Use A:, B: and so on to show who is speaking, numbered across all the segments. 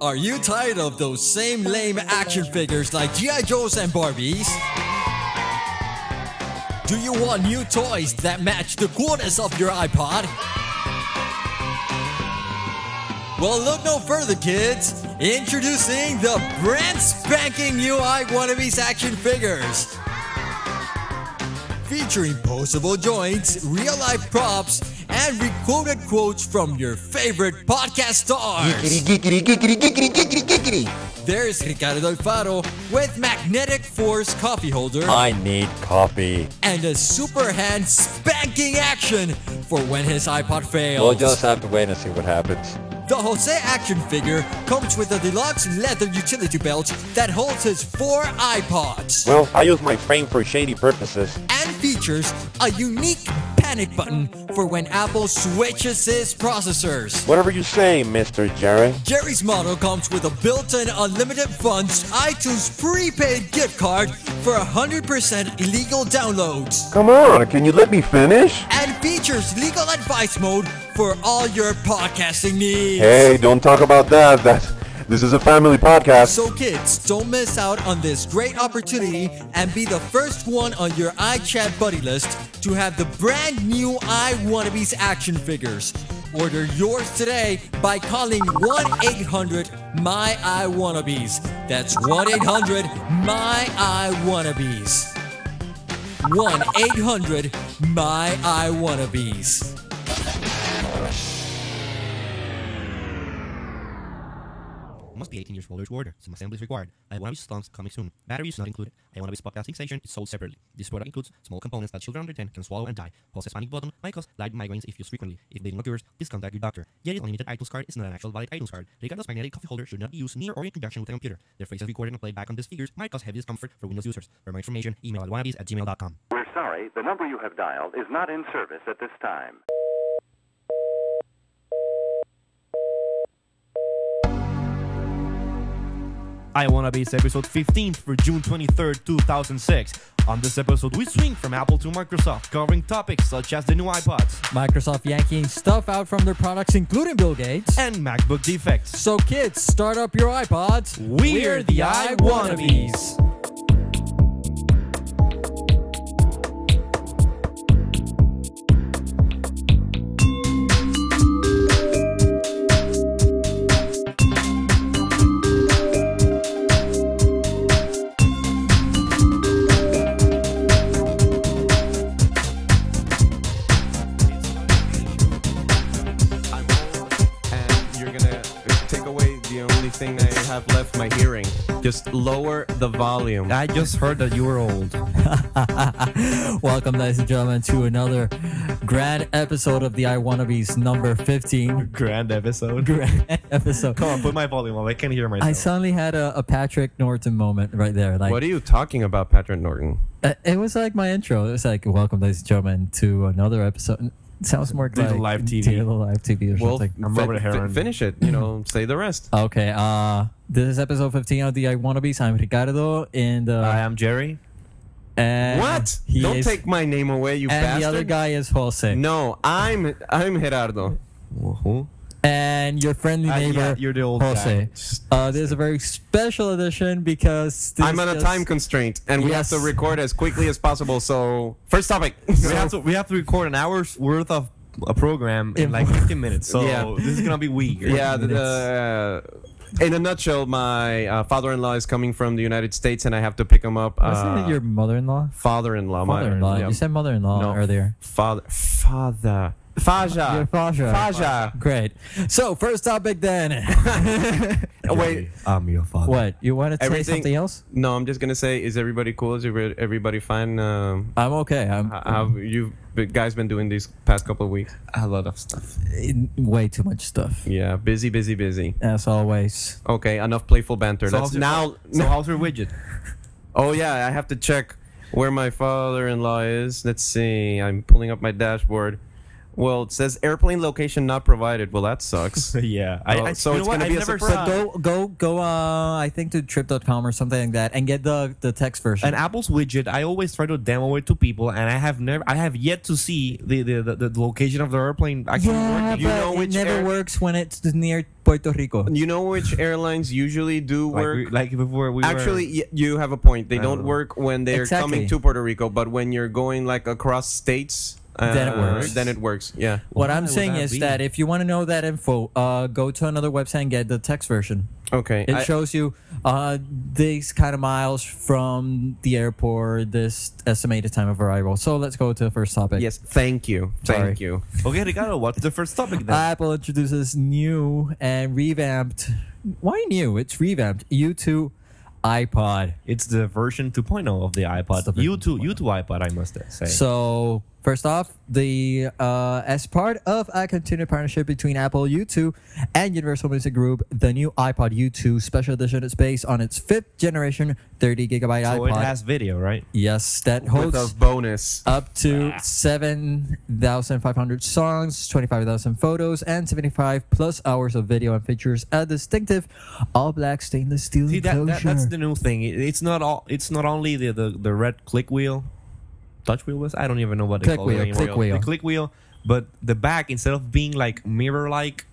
A: Are you tired of those same lame action figures like G.I. Joes and Barbies? Do you want new toys that match the coolness of your iPod? Well, look no further, kids. Introducing the brand spanking new I Wannabes action figures. Featuring posable joints, real life props, and recorded quotes from your favorite podcast stars.
B: Giggity, giggity, giggity, giggity, giggity, giggity.
A: There's Ricardo Alfaro with Magnetic Force coffee holder
B: I need coffee.
A: and a super hand spanking action for when his iPod fails.
B: We'll just have to wait and see what happens.
A: The Jose action figure comes with a deluxe leather utility belt that holds his four iPods
B: Well, I use my frame for shady purposes.
A: and features a unique panic button for when Apple switches its processors.
B: Whatever you say, Mr. Jerry.
A: Jerry's model comes with a built-in unlimited funds iTunes prepaid gift card for 100% illegal downloads.
B: Come on, can you let me finish?
A: and features legal advice mode for all your podcasting needs.
C: Hey, don't talk about that. That this is a family podcast.
A: So, kids, don't miss out on this great opportunity and be the first one on your iChat buddy list to have the brand new I Wannabes action figures. Order yours today by calling 1 800 My I Wannabes. That's 1 800 My I Wannabes. 1 800 My I Wannabes.
D: Must be 18 years or older to order. Some assembly is required. I want to stunts coming soon. Batteries not included. I want to podcasting station is sold separately. This product includes small components that children under 10 can swallow and die. Possess panic button might cause light migraines if used frequently. If bleeding occurs, please contact your doctor. Yet unlimited iTunes card is not an actual valid iTunes card. Ricardo's magnetic coffee holder should not be used near or in conjunction with a computer. The phrases recorded and played back on these figures might cause heavy discomfort for Windows users. For more information, email at wannabes at gmail.com.
E: We're sorry, the number you have dialed is not in service at this time.
F: I Wanna Be's episode 15 for June 23rd, 2006. On this episode, we swing from Apple to Microsoft, covering topics such as the new iPods
A: Microsoft yanking stuff out from their products, including Bill Gates.
F: and MacBook defects.
A: so, kids, start up your iPods.
F: We're the I Wannabes.
G: I'm old, and you're gonna take away the only thing that I have left my hearing. Just lower the volume.
F: I just heard that you were old.
A: Welcome, ladies and gentlemen, to another grand episode of the I Wannabes number 15.
F: Grand episode.
A: Grand episode.
F: Come on, put my volume up. I can't hear myself.
A: I suddenly had a, a Patrick Norton moment right there. Like
G: What are you talking about, Patrick Norton?
A: uh, it was like my intro. It was like, "Welcome, ladies and gentlemen, to another episode." It sounds more
F: Digital
A: like
F: Live TV.
A: Digital live TV or something.
F: I'm Robert Heron.
G: finish it. You know, say the rest.
A: Okay, uh, this is episode 15 of the I Wannabes. I'm Ricardo, and uh,
F: I am Jerry.
A: And
G: what?
A: He
G: Don't
A: is-
G: take my name away, you
A: And
G: bastard.
A: the other guy is Jose.
G: No, I'm I'm Gerardo. Who?
A: And your friendly
F: Uh, yeah,
A: neighbor,
F: you're the old
A: Jose.
F: guy.
A: Uh, this is a very special edition because this
G: I'm on a
A: just-
G: time constraint, and we
A: Yes.
G: have to record as quickly as possible. So, first topic.
F: We have, to, we have to record an hour's worth of a program in
A: In-
F: like 15 minutes. So
G: Yeah.
F: this is gonna be weird.
G: yeah, the, uh, in a nutshell, my uh, father-in-law is coming from the United States, and I have to pick him up.
A: Wasn't
G: Uh,
A: it your mother-in-law?
G: father-in-law, my-
A: Mother-in-law.
G: yeah.
A: You said mother-in-law
G: No.
A: earlier.
G: father, father, faja,
A: Your Faja.
G: faja.
A: Great. So first topic then.
G: Oh, Wait,
F: I'm your father.
A: what you want to say
G: Everything-
A: something else?
G: no, I'm just gonna say, is everybody cool? Is every- everybody fine? Um,
A: I'm okay. I'm
G: h- how you b- guys been doing these past couple of weeks?
C: A lot of stuff.
A: in way too much stuff
G: Yeah, busy, busy, busy.
A: as always.
G: Okay, enough playful banter.
F: So how's
G: Let's
F: your-
G: now.
F: So how's your widget?
G: Oh yeah, I have to check where my father-in-law is. Let's see. I'm pulling up my dashboard. Well, it says airplane location not provided. Well, that sucks.
F: yeah. I,
G: Oh,
F: I,
G: so
F: you know what?
G: it's gonna
F: I've
G: be a
F: never
G: surprise.
A: Go,
F: saw-
A: go, go, uh, I think to trip.com or something like that and get the, the text version.
F: an Apple's widget, I always try to demo it to people, and I have never, I have yet to see the the, the, the location of the airplane actually
A: yeah,
F: working.
G: You
A: but
G: know
A: it
G: which
A: never
G: air-
A: works when it's near Puerto Rico.
G: You know which airlines usually do
F: like,
G: work?
F: we, like before we
G: Actually,
F: were,
G: y- you have a point. They don't
F: know.
G: work when they're
A: Exactly.
G: coming to Puerto Rico, but when you're going like across states, uh,
A: Then it works.
G: Then it works. Yeah.
A: What
F: Why
A: I'm
F: would
A: saying
F: that
A: is
F: be?
A: that if you want to know that info, uh, go to another website and get the text version.
G: Okay.
A: It
G: I-
A: shows you uh, these kind of miles from the airport, this estimated time of arrival. So let's go to the first topic.
G: yes. Thank you.
A: Sorry.
G: Thank you.
F: okay, Ricardo, what's the first topic then?
A: Apple introduces new and revamped. Why new? It's revamped. U2 iPod.
F: it's the version 2.0 of the iPod.
A: the version oh.
F: U2, U2 iPod, I must say.
A: So first off, the uh, as part of a continued partnership between Apple U2 and Universal Music Group, the new iPod U2 Special Edition is based on its fifth generation 30 gigabyte
F: So
A: iPod.
F: it has video, right?
A: yes, that
G: With
A: hosts
G: a bonus.
A: up
F: Ah.
A: to 7,500 songs, 25,000 photos, and 75 plus hours of video and features a distinctive all black stainless steel
F: See, that, that,
A: enclosure.
F: that's the new thing. It- it's not all. It's not only the, the, the red click wheel, touch wheel was. I don't even know what
A: Click
F: they call
A: wheel,
F: it anymore.
A: click wheel.
F: The click wheel, but the back instead of being like mirror like,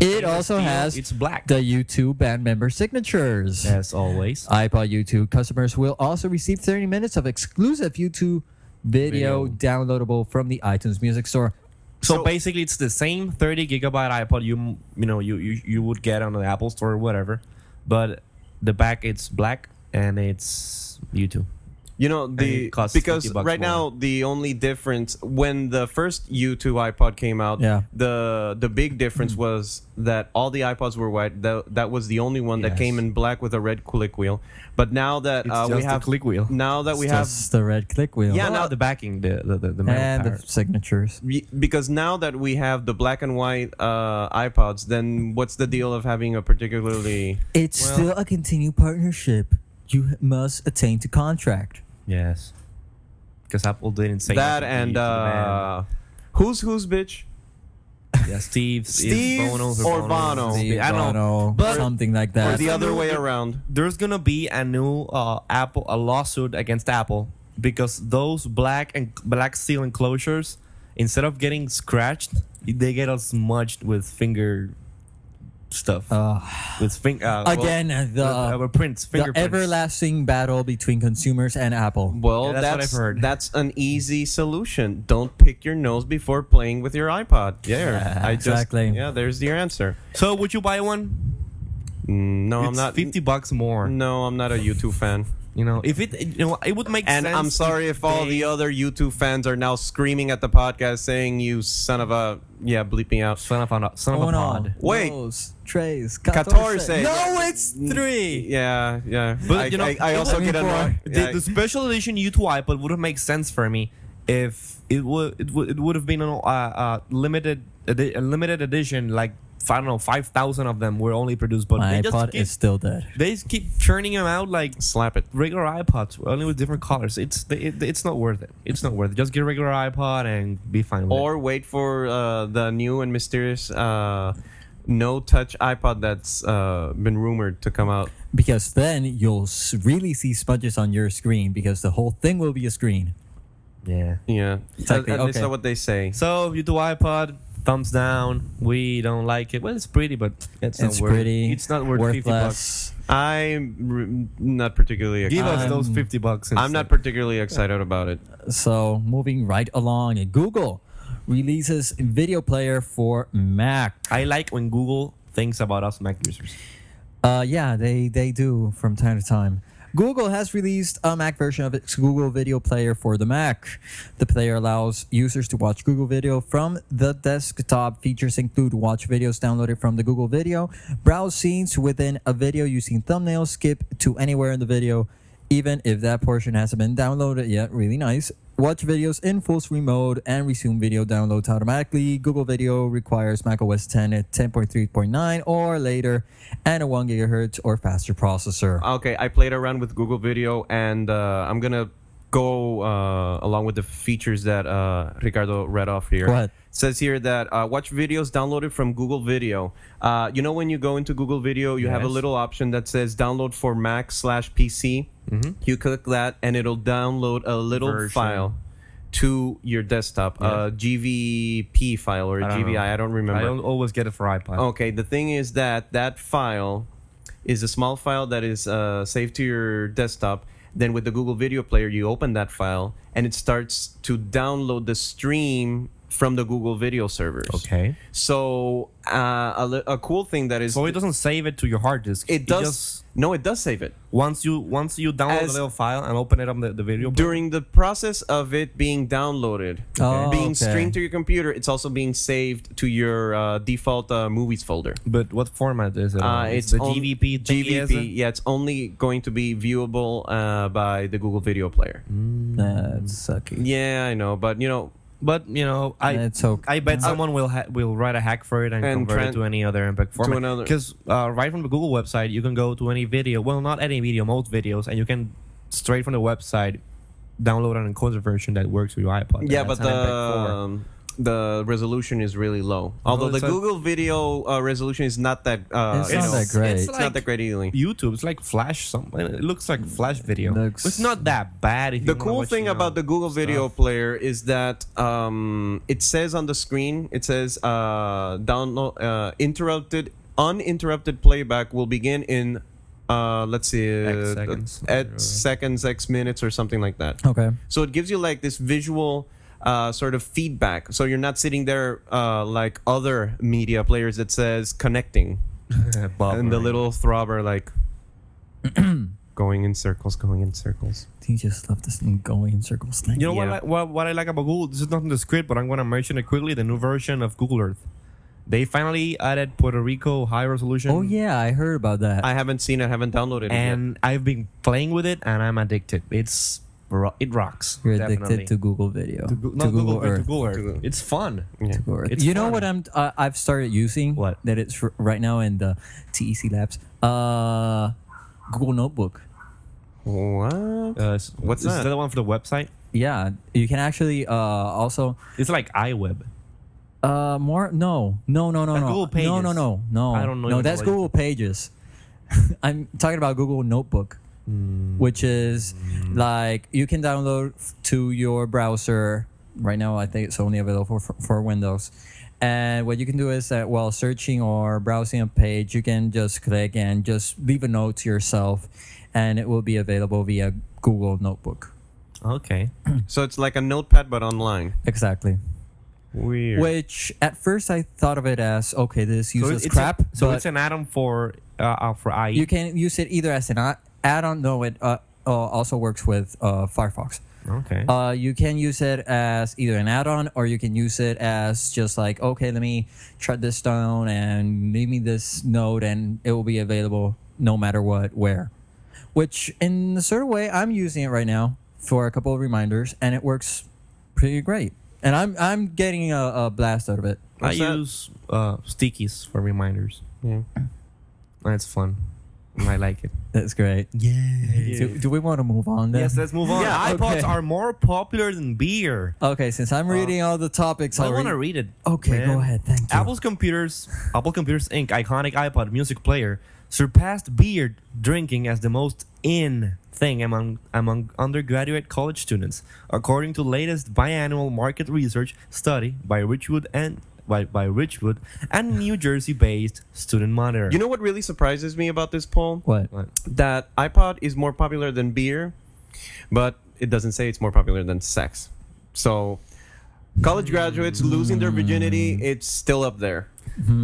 A: it also
F: steel,
A: has
F: it's black.
A: the U2 band member signatures.
F: as always.
G: Uh,
A: iPod U2 customers will also receive 30 minutes of exclusive U2 video, downloadable from the iTunes Music Store.
F: So,
G: So-
F: basically, it's the same 30 gigabyte iPod you you know you, you you would get on the Apple Store or whatever, but the back it's black and it's U2.
G: You know
F: it
G: the
F: costs 50
G: because
F: bucks
G: right
F: more.
G: now the only difference when the first U2 iPod came out,
A: Yeah. Mm-hmm.
G: the the big difference was that all the iPods were white. That, that was the only one
F: Yes.
G: that came in black with a red click wheel. But now that
F: It's
G: uh, we
F: just a
G: have
F: click wheel.
G: now that we have
A: Just the red click wheel.
G: Yeah,
F: And now the backing the the the, the metal
A: and the
F: part.
A: signatures.
G: Be- because now that we have the black and white uh, iPods, then what's the deal of having a particularly?
A: It's still a continued partnership. You must attain to contract.
F: yes, because Apple didn't say nothing
G: that
F: to
G: and
F: you, to the band.
G: uh, who's who's bitch?
F: yeah, Steve,
G: Steve
F: Bono's
G: or Bono?
F: Bono's.
A: The
F: I don't know.
A: Bono,
F: But-
A: something like
G: Or
A: that.
G: the
F: I
G: other
F: know
G: way
F: it-
G: around?
F: there's gonna be a new uh, Apple a lawsuit against Apple because those black and black steel enclosures, instead of getting scratched, they get all smudged with finger stuff
A: Uh,
F: with finger uh, well,
A: Again, the,
F: with, uh, prints,
A: the
F: fingerprints.
A: everlasting battle between consumers and Apple.
F: Yeah,
G: Well, that's,
F: that's what I've heard.
G: that's an easy solution. Don't pick your nose before playing with your iPod. There, I just,
A: exactly.
G: Yeah, there's your answer.
F: so would you buy one?
G: Mm, No,
F: it's
G: I'm not. Mm.
F: fifty bucks more.
G: No, I'm not a U2 fan.
F: You know, if it you know it would make
G: And
F: sense.
G: I'm sorry if all
F: they-
G: the other U2 fans are now screaming at the podcast saying, you son of a. Yeah, bleep me out.
F: son of a son of a
A: Uno,
F: pod.
G: Wait.
A: dos, tres,
G: 14.
A: No, it's three.
G: Yeah, yeah.
F: But
G: I,
F: you know,
G: I, I also get annoyed.
F: The,
G: Yeah.
F: the special edition U2 iPod would have made sense for me if it would it would it would have been an, uh, uh, limited edi- a limited edition like I don't know five thousand of them were only produced, but
A: My
F: they just
A: iPod
F: keep,
A: is still dead.
F: they just keep churning them out like
G: Slap it.
F: regular iPods only with different colors. It's they- it, it's not worth it. It's not worth it. Just get a regular iPod and be fine. With it.
G: Or wait for uh, the new and mysterious uh, no touch iPod that's uh, been rumored to come out.
A: Because then you'll s- really see smudges on your screen because the whole thing will be a screen.
F: yeah.
G: Yeah.
A: Exactly,
G: At, at least
A: okay.
G: that's what they say.
F: So U2 iPod. Thumbs down. We don't like it. Well, it's pretty, but
A: It's
F: it's, not worth
A: pretty.
F: It. It's not worth fifty
A: worthless.
F: bucks.
G: I'm r- not particularly
F: Give
G: excited.
F: us those
A: Um,
F: fifty bucks.
G: I'm not
F: instead.
G: particularly excited about it.
A: So moving right along, Google releases video player for Mac.
F: I like when Google thinks about us Mac users.
A: Uh, yeah, they they do from time to time. Google has released a Mac version of its Google Video Player for the Mac. The player allows users to watch Google Video from the desktop. Features include watch videos downloaded from the Google Video, browse scenes within a video using thumbnails, skip to anywhere in the video, even if that portion hasn't been downloaded yet. Really nice. Watch videos in full screen mode and resume video downloads automatically. Google Video requires Mac OS 10 at 10.3.9 or later and a 1 gigahertz or faster processor.
G: Okay, I played around with Google Video, and uh, I'm gonna go uh, along with the features that uh, Ricardo read off here.
A: Go ahead.
G: says here that uh, watch videos downloaded from Google Video. Uh, you know when you go into Google Video, you have a
F: Yes.
G: little option that says download for Mac slash PC. You click that, and it'll download a little
F: Mm-hmm. Version.
G: file to your desktop, a GVP file or a
F: I don't
G: GVI.
F: know.
G: I don't remember.
F: I don't always get it for iPod.
G: Okay, the thing is that that file is a small file that is uh, saved to your desktop. Then with the Google Video Player, you open that file and it starts to download the stream from the Google Video servers.
F: Okay.
G: So uh, a, li- a cool thing that is
F: So it doesn't save it to your hard disk.
G: it does
F: just-
G: no, it does save it.
F: once you once you download
G: As-
F: the little file and open it on the, the video.
G: during the process of it being downloaded,
A: Oh,
G: being
A: okay.
G: streamed to your computer, it's also being saved to your uh, default uh, movies folder.
F: but what format is it?
G: Uh,
F: on?
G: it's
F: the
G: on-
F: GVP. thingy, is
G: GVP.
F: it?
G: Yeah, it's only going to be viewable uh, by the Google Video Player.
F: Mm.
A: That's sucky.
G: Yeah, I know, but you know,
F: But you know, I
A: It's okay.
F: I bet someone will ha- will write a hack for it and,
G: Uh, And
F: convert
G: tran-
F: it to any other MPEG format.
G: another-
F: Because uh, right from the Google website, you can go to any video. Well, not any video, most videos, and you can straight from the website download an encoded version that works with your iPod.
G: yeah,
F: And
G: but
F: that's
G: the
F: an MPEG four.
G: um, the resolution is really low. Although the
F: it's a-
G: Google Video uh, resolution is not that. Uh,
A: It's
G: you
A: not
G: know,
A: that great.
G: It's not that great either.
F: YouTube. It's like Flash. Something. It looks like Flash video.
A: Looks-
F: It's not that bad. If you
G: the
F: wanna
G: cool
F: watch, you
G: thing
F: know,
G: about the Google Video Player is that um, it says on the screen, it says uh, download uh, interrupted uninterrupted playback will begin in uh, let's see,
F: X
G: uh,
F: seconds. Oh.
G: X seconds, X minutes, or something like that.
A: Okay.
G: So it gives you like this visual. Uh, sort of feedback, so you're not sitting there uh, like other media players that says connecting and the
F: Buffering.
G: little throbber like going in circles, going in circles.
A: He just left this thing going in circles. Thank
F: You know
G: Yeah.
F: what, I, what? What I like about Google. This is not in the script, but I'm gonna mention it quickly. The new version of Google Earth. They finally added Puerto Rico high resolution.
A: Oh yeah, I heard about that.
G: I haven't seen it. haven't downloaded it. yet.
F: and I've been playing with it, and I'm addicted. It's ro- it rocks.
A: You're
F: definitely.
A: addicted to Google Video, to,
F: Go- not Google,
A: Google
F: Earth.
A: Earth.
F: To Google Earth.
G: Google.
F: It's fun.
A: Google Earth.
F: It's
A: you know
F: fun.
A: what I'm? Uh, I've started using
F: What?
A: that it's r- right now in the TEC labs. Uh, Google Notebook.
G: What?
F: Uh, s-
G: What's
F: is
G: that?
F: the one for the website?
A: Yeah, you can actually uh, also
F: It's like iWeb.
A: uh, more. No, no, no, no,
F: Uh,
A: no.
F: Google Pages.
A: No, no, no, no.
F: I don't know
A: No,
F: even
A: that's
F: what it-
A: Google Pages. I'm talking about Google Notebook,
F: Hmm.
A: which is like you can download f- to your browser. Right now, I think it's only available for, for Windows. And what you can do is that while searching or browsing a page, you can just click and just leave a note to yourself, and it will be available via Google Notebook.
F: Okay.
G: So it's like a notepad but online.
A: Exactly.
G: Weird.
A: Which at first I thought of it as okay, this
F: So
A: uses
F: it's,
A: crap.
F: A, so
A: but
F: it's an add-on for uh, uh, for IE.
A: you can use it either as an a- add-on. No, it uh, uh, also works with uh, Firefox.
F: okay.
A: Uh, you can use it as either an add-on or you can use it as just like okay, let me shut this down and leave me this note, and it will be available no matter what, where. Which in a certain way, I'm using it right now for a couple of reminders, and it works pretty great. And I'm I'm getting a, a blast out of it.
F: I
G: what's that?
F: use uh, stickies for reminders.
G: Yeah.
F: And it's fun. And I like it.
A: That's great.
F: Yeah.
A: Do, do we want to move on then?
F: Yes, let's move on.
A: Yeah,
F: iPods
A: okay.
F: are more popular than beer.
A: Okay, since I'm reading all the topics,
F: I
A: I'll
F: want to
A: read-
F: read it.
A: Okay,
F: man.
A: go ahead. Thank you.
F: Apple's computers, Apple Computers Inc. iconic iPod music player surpassed beer drinking as the most in thing among among undergraduate college students, according to latest biannual market research study by Richwood and by, by Richwood and New Jersey-based Student Monitor.
G: You know what really surprises me about this poll?
A: what?
F: What?
G: That iPod is more popular than beer, but it doesn't say it's more popular than sex. So college graduates losing their virginity,
F: Hmm.
G: it's still up there.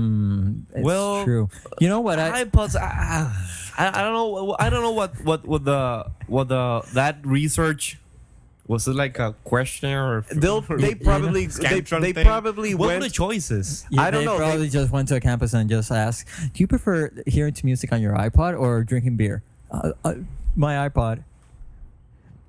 A: It's
F: Well,
A: true. You know what? I,
F: iPods. I, I I don't know. I don't know what what what the what the that research was. It like a questionnaire or
G: They'll they probably they,
F: Scantron
G: they
F: thing?
G: probably
F: what were the
G: went
F: choices?
A: yeah,
G: I don't
A: they
G: know,
A: Probably just went to a campus and just asked, "Do you prefer hearing to music on your iPod or drinking beer?" Uh, uh, my iPod.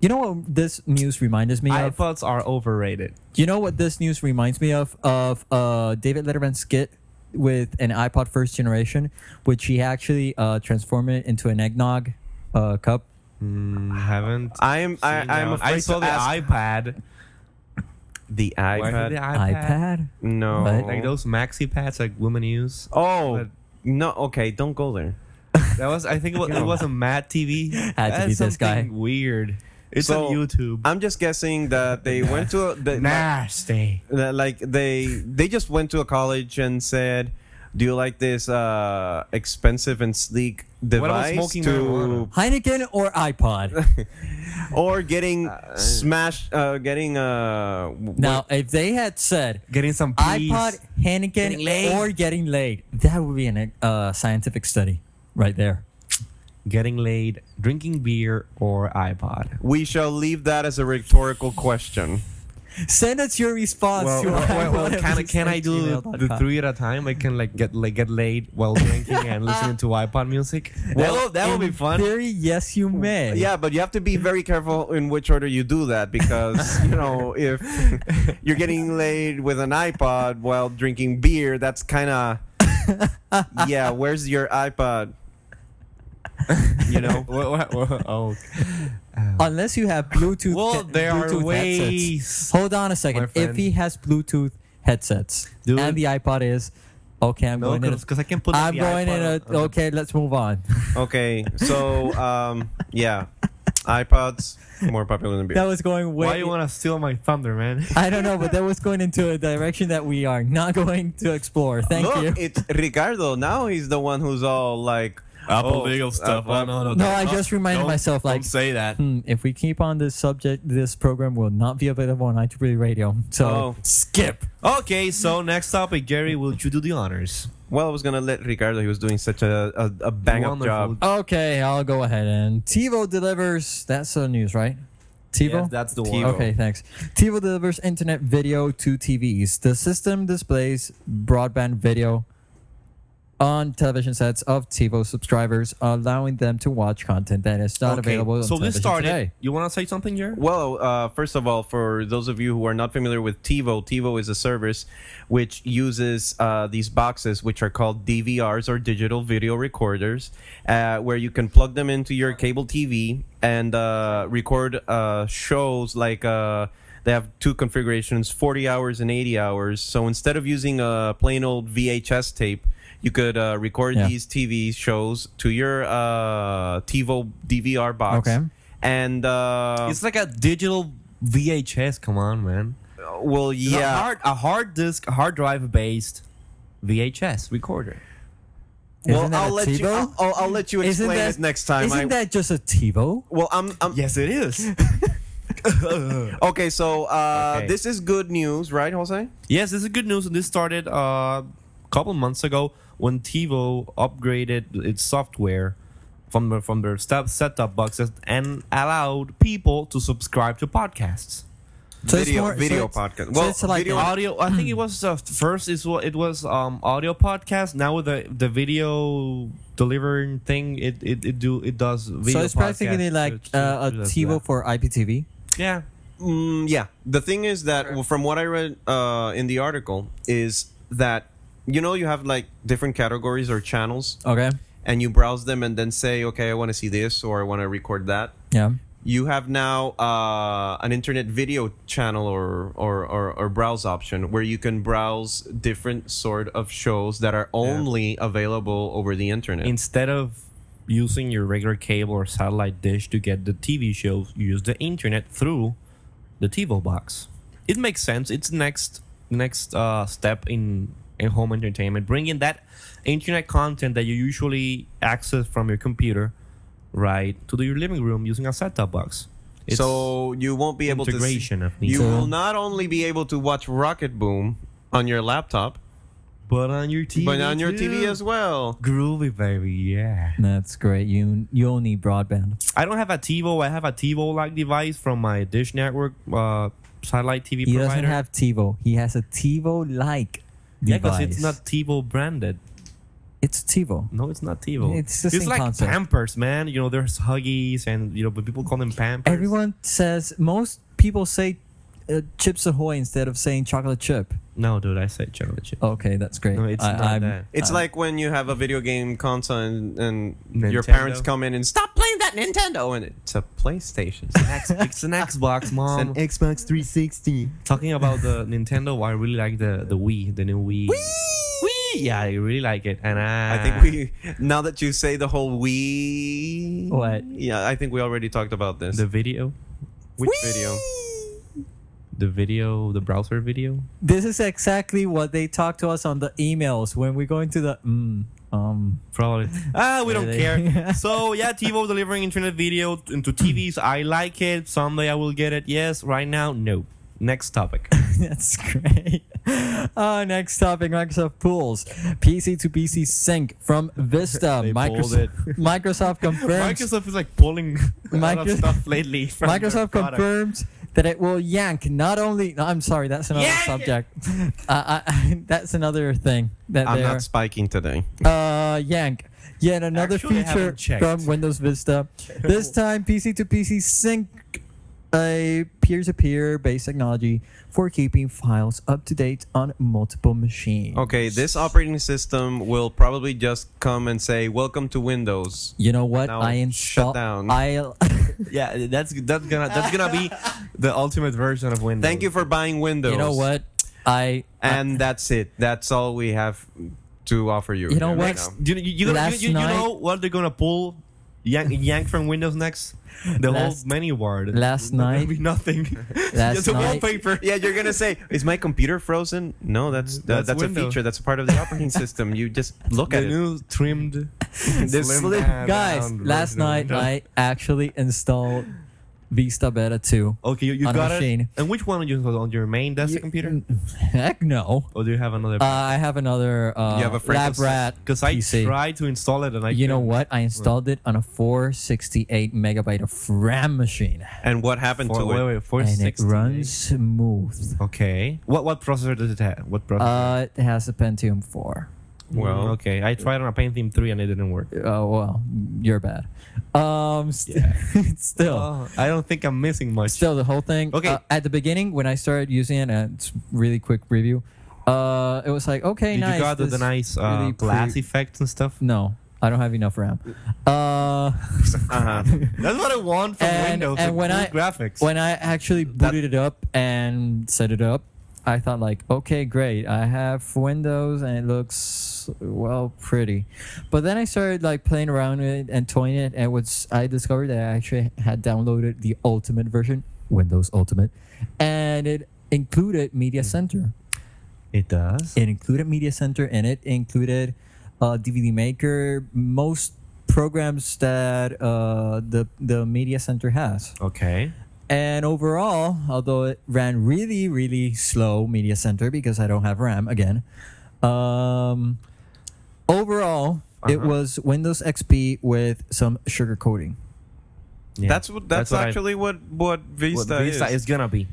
A: You know what this news reminds me of?
F: iPods are overrated.
A: You know what this news reminds me of? Of uh, David Letterman's skit with an iPod first generation, which he actually uh, transformed it into an eggnog uh, cup.
F: I Mm, haven't.
G: I'm I,
F: seen that
G: I'm
F: one. I
G: afraid
F: saw
G: to
F: the
G: ask
F: iPad.
G: The
F: Why
G: iPad.
F: the
H: iPad?
G: no.
H: What?
F: Like those maxi pads like women use.
G: Oh
F: But-
G: no. Okay, don't go there.
F: That was I think it was, it was a matte TV.
H: Had to
F: That's
H: be this guy.
F: something Weird. It's
G: So,
F: on YouTube.
G: I'm just guessing that they went to a, the,
F: Nasty.
G: that, like they they just went to a college and said do you like this uh expensive and sleek
F: about
G: device
F: smoking
G: to
F: marijuana?
A: Heineken or iPod?
G: or getting smashed uh getting uh w-
A: now, if they had said
F: Getting some peas.
A: iPod, Heineken, or getting laid, that would be a uh, scientific study right there.
F: Getting laid, drinking beer or iPod.
G: we shall leave that as a rhetorical question
A: Send us your response
F: Well,
A: to
F: well,
A: our
F: well, well, can, I- can I do
A: gmail.com.
F: the three at a time? I can like get like get laid while drinking and listening to iPod music. Well, that would be
A: In
F: fun.
A: Theory, yes, you may.
G: yeah but you have to be very careful in which order you do that because you know if you're getting laid with an ipod while drinking beer that's kind of yeah where's your ipod
F: You know. Well, well, well, oh,
A: Unless you have Bluetooth.
F: Well,
A: ca-
F: there are
A: Bluetooth
F: ways,
A: Headsets. Hold on a second.
F: my
A: If
F: friend.
A: he has Bluetooth headsets
F: Dude.
A: and the iPod is okay, I'm
F: No,
A: going in.
F: because I can put.
A: I'm
F: the
A: going in.
F: iPod
A: A,
F: on- on
A: okay, let's move on.
G: Okay, so um, yeah, iPods more popular than beer.
A: That was going way.
F: Why you want to steal my thunder, man?
A: I don't know, but that was going into a direction that we are not going to explore. Thank
G: Look,
A: you.
G: it's Ricardo. Now he's the one who's all like,
I: Apple
G: Oh,
I: legal stuff.
G: Apple-
I: Oh, no, no,
A: No,
I: don't-
A: I just reminded
I: don't-
A: myself, like-
I: don't say that.
A: Hmm, if we keep on this subject, this program will not be available on IEEE Radio. So
G: Oh.
A: skip.
F: Okay, so next topic, Gary, will you do the honors?
G: well, I was gonna let Ricardo. He was doing such a a, a bang up
F: Wonderful.
G: job.
A: Okay, I'll go ahead and TiVo delivers. That's the news, right? TiVo.
I: Yes, that's the one.
G: TiVo.
A: Okay, thanks. TiVo delivers internet video to TVs. The system displays broadband video on television sets of TiVo subscribers, allowing them to watch content that is not
F: Okay,
A: available. On
F: so this
A: television
F: started.
A: today.
F: You want to say something, Gary?
G: Well, uh, first of all, for those of you who are not familiar with TiVo, TiVo is a service which uses uh, these boxes, which are called DVRs or digital video recorders, uh, where you can plug them into your cable TV and uh, record uh, shows like. Uh, they have two configurations 40 hours and 80 hours so instead of using a plain old vhs tape you could uh, record
A: Yeah.
G: these tv shows to your uh, tivo dvr box
A: Okay.
G: and uh,
F: it's like a digital VHS. Come on, man.
G: well,
F: It's a
G: yeah.
F: hard, a hard disk, hard drive based VHS recorder.
A: Isn't
G: Well,
A: that a
G: I'll let you.
A: TiVo?
G: I'll, I'll, I'll let you
A: Isn't
G: explain
A: that-
G: it next time.
A: Isn't
G: I'm,
A: that just a TiVo?
G: well, I'm. I'm
F: Yes, it is.
G: okay. So uh,
F: Okay.
G: this is good news, right, Jose?
F: yes, this is good news, and this started uh, a couple months ago when TiVo upgraded its software from the, from their step, set-top boxes and allowed people to subscribe to podcasts.
A: So it's
G: video
A: more- so
G: video
A: it's-
G: podcast.
A: so
G: Well,
A: it's like
G: video
A: an-
F: audio i think it was uh, first is what it was um audio podcast now with the the video delivering thing it it, it do it does video
A: so it's practically
F: podcast.
A: like
F: It-
A: uh, a
F: it does
A: TiVo
F: that.
A: for IPTV.
F: yeah
G: Mm, yeah. The thing is that well, from what I read uh, in the article is that you know you have like different categories or channels,
A: Okay.
G: and you browse them and then say, okay, I want to see this or I want to record that.
A: Yeah.
G: you have now uh, an internet video channel or, or, or, or browse option where you can browse different sort of shows that are only available over the internet.
F: instead of using your regular cable or satellite dish to get the tv shows you use the internet through the tivo box it makes sense it's next next uh step in in home entertainment bringing that internet content that you usually access from your computer right to your living room using a set-top box It's-
G: so you won't be able to
F: integration of these.
G: You
A: So-
G: will not only be able to watch Rocket Boom on your laptop,
F: But on your TV.
G: but on your TV as well.
F: Groovy, baby, yeah.
A: That's great. You you will need broadband.
F: I don't have a TiVo. I have a TiVo-like device from my Dish Network uh, satellite TV
A: He
F: provider.
A: doesn't have TiVo. He has a TiVo like
F: yeah,
A: device.
F: because it's not TiVo branded.
A: It's TiVo.
F: No, it's not TiVo.
A: It's the same
F: like
A: concept.
F: Pampers, man. You know, there's Huggies, and you know, but people call them Pampers.
A: Everyone says most people say uh, Chips Ahoy instead of saying chocolate chip.
F: No, dude, I said chocolate chip.
A: Okay, that's great.
F: No, it's
A: I,
F: not
A: I'm-
F: that.
G: It's
A: I-
G: like when you have a video game console and, and your
F: Nintendo.
G: parents come in and stop playing that Nintendo, and it's a PlayStation.
F: it's an Xbox, mom.
G: Xbox 360.
F: Talking about the Nintendo, I really like the the Wii, the new Wii. Wii. Yeah, I really like it, and I.
G: I think we now that you say the whole we
F: What?
G: Yeah, I think we already talked about this.
F: the video,
G: Which video?
F: the video, the browser video.
A: This is exactly what they talk to us on the emails when we go into the mm, um.
F: Probably. Ah, we don't
A: Really?
F: care. so yeah, TiVo delivering internet video into TVs. I like it. Someday I will get it. Yes. Right now, no. Next topic.
A: That's great. Uh, next topic Microsoft pools PC to PC sync from Vista.
F: They pulled
A: Microsoft,
F: it.
A: Microsoft confirms.
F: Microsoft is like pulling a lot of
A: Microsoft-
F: stuff lately. From their
A: Microsoft
F: product.
A: confirms that it will yank not only. no, I'm sorry, that's another
F: Yank it!
A: subject. Uh, I, that's another thing that
G: I'm
A: they
G: not spiking today.
A: are, uh, yank. Yet another
F: Actually, I haven't
A: feature
F: checked.
A: from Windows Vista. This time, PC to PC sync a peer-to-peer based technology for keeping files up to date on multiple machines.
G: Okay, this operating system will probably just come and say, "Welcome to Windows."
A: You know what?
G: Now
A: I
G: shut
A: install.
G: down.
A: I
F: Yeah, that's that's gonna that's gonna be the ultimate version of Windows.
G: Thank you for buying Windows.
A: you know what? I
G: And that's it. That's all we have to offer you.
A: You know
G: here right
A: what?
G: now.
F: Do you, you, you,
A: Last
F: you, you
A: night-
F: know what they're gonna pull? Yank, yank from Windows next. The
A: Last-
F: whole menu board.
A: last
F: There's gonna
A: night-
F: be nothing.
A: Last
F: Just a
A: night-
F: wallpaper.
G: Yeah, you're gonna say, "Is my computer frozen?" No, that's that's,
F: That's
G: that's a
F: Windows.
G: feature. That's a part of the operating system. You just look
F: the
G: at it.
F: new trimmed
G: This
F: slim
G: slim-
F: down
A: guys,
F: version
A: last
F: of
A: night
F: Windows.
A: I actually installed Vista Beta 2.
F: okay you, you
A: on a
F: got it
A: machine.
F: and which one you installed on your main desktop
A: You-
F: computer
A: Heck no.
F: or do you have another
A: Uh, I have another uh,
G: You have a
A: Lab
G: Frankenstein-
A: Rat
F: because I
A: PC.
F: tried to install it and I
A: you know what?
F: couldn't.
A: I installed it on a 468 megabyte of RAM machine,
G: And what happened
F: Four,
G: to
F: wait,
G: it?
F: wait, four
A: and it
F: sixty.
A: runs smooth.
F: Okay. What what processor does it have? What
A: Uh,
F: processor?
A: it has a Pentium 4.
G: Well,
F: okay. I tried on a Pentium three and it didn't work.
A: Oh well, you're bad. Um, st- still.
F: Oh, I don't think I'm missing much.
A: Still, the whole thing.
F: Okay.
A: uh, at the beginning, when I started using it, and it's really quick review, uh, it was like, okay,
F: Did
A: nice.
F: you got the, the
A: this
F: nice uh,
A: really
F: glass
A: pretty-
F: effects and stuff?
A: No, I don't have enough RAM. Uh,
G: Uh-huh.
F: That's what I want from
A: And-
F: Windows.
A: and
F: the
A: when
F: cool
A: I-
F: graphics.
A: when I actually booted it up and set it up, I thought like, okay, great. I have Windows and it looks well pretty, but then I started like playing around with it and toying it, and was I discovered that I actually had downloaded the ultimate version, Windows Ultimate, and it included Media Center.
F: it does.
A: It included Media Center and it included uh, DVD Maker, most programs that uh, the the Media Center has.
F: okay.
A: And overall, although it ran really really slow, Media Center because I don't have RAM again. Um, overall, it
G: Uh-huh.
A: was Windows XP with some sugar coating.
F: Yeah.
G: that's what. That's,
F: what I-
G: actually what
F: what
G: what Vista,
F: Vista
G: is.
F: is gonna be.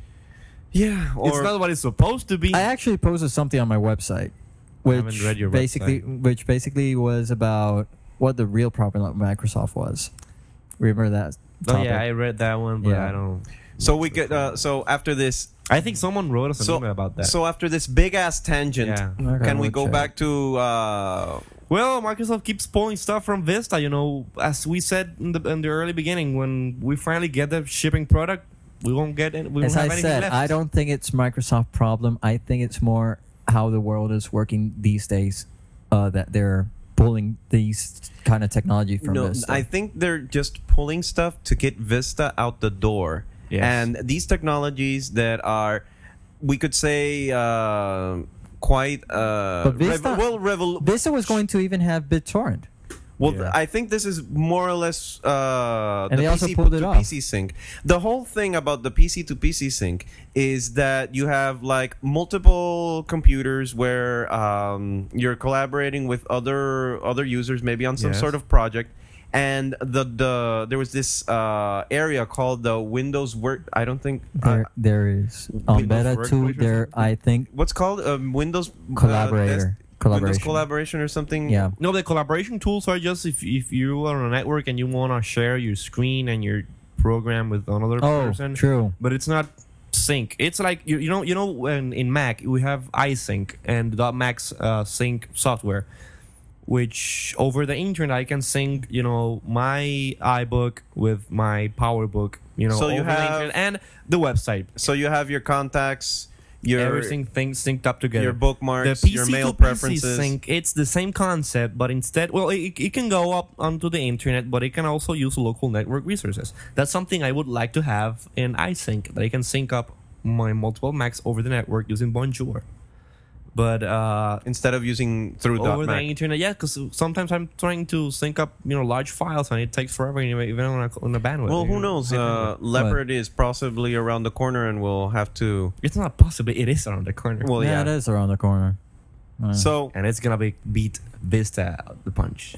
G: Yeah, or
F: it's not what it's supposed to be.
A: I actually posted something on my website, which
F: haven't read your
A: basically, which basically was about what the real problem of Microsoft was. Remember that?
F: oh
A: Topic?
F: yeah, I read that one, but
A: Yeah.
F: I don't.
G: so we could. Uh, so after this,
F: I think someone wrote us an
G: so
F: email about that.
G: so after this big ass tangent,
F: Yeah.
A: Okay,
G: can we
A: we'll
G: go
A: check.
G: back to? Uh,
F: Well, Microsoft keeps pulling stuff from Vista. You know, as we said in the in the early beginning, when we finally get the shipping product, we won't get. Any, we won't
A: As I
F: have anything
A: said,
F: left.
A: I don't think it's Microsoft problem. I think it's more how the world is working these days. Uh, that they're pulling these kind of technology from
G: no,
A: us.
G: I think they're just pulling stuff to get Vista out the door.
F: Yes.
G: And these technologies that are, we could say, uh, quite uh,
A: But Vista-
G: rev- well, revol-
A: Vista was going to even have BitTorrent.
G: Well,
F: Yeah.
G: I think this is more or less uh,
A: And they
G: the
A: also
G: PC
A: pulled
G: to
A: it off.
G: PC sync. The whole thing about the PC to PC sync is that you have like multiple computers where um, you're collaborating with other other users, maybe on some
F: Yes.
G: sort of project. And the the there was this uh, area called the Windows Work. I don't think
A: There,
G: uh,
A: there is on
G: Windows
A: Beta
G: Workplace
A: two.
G: or
A: There, I think
G: what's called um, Windows uh, desk-
A: collaborator.
G: Windows
A: collaboration.
G: collaboration or something.
A: yeah.
F: No, the collaboration tools are just if, if you are on a network and you want to share your screen and your program with another
A: Oh,
F: person.
A: true.
F: But it's not sync. It's like you, you know you know when in Mac we have iSync and the Mac's uh, sync software. which over the internet I can sync, you know, my iBook with my PowerBook, you know,
G: So you
F: over
G: have-
F: the internet and the website.
G: So you have your contacts, your
F: Everything things synced up together.
G: your bookmarks,
F: the PC
G: your
F: to
G: mail
F: PC
G: preferences.
F: sync, it's the same concept, but instead, well, it, it can go up onto the internet, but it can also use local network resources. That's something I would like to have in iSync that I can sync up my multiple Macs over the network using Bonjour. But uh,
G: instead of using through
A: Oh,
F: over the
G: .Mac.
F: internet, yeah, because sometimes I'm trying to sync up, you know, large files and it takes forever, anyway, even on a, on a bandwidth.
G: Well,
F: you
G: who
F: know,
G: knows?
F: high bandwidth.
G: Uh, Leopard is possibly around the corner, and we'll have to.
F: it's not possible. It is around the corner.
G: Well,
A: yeah,
G: yeah.
A: it is around the corner. Uh,
G: So,
F: and it's gonna be beat Vista out the punch.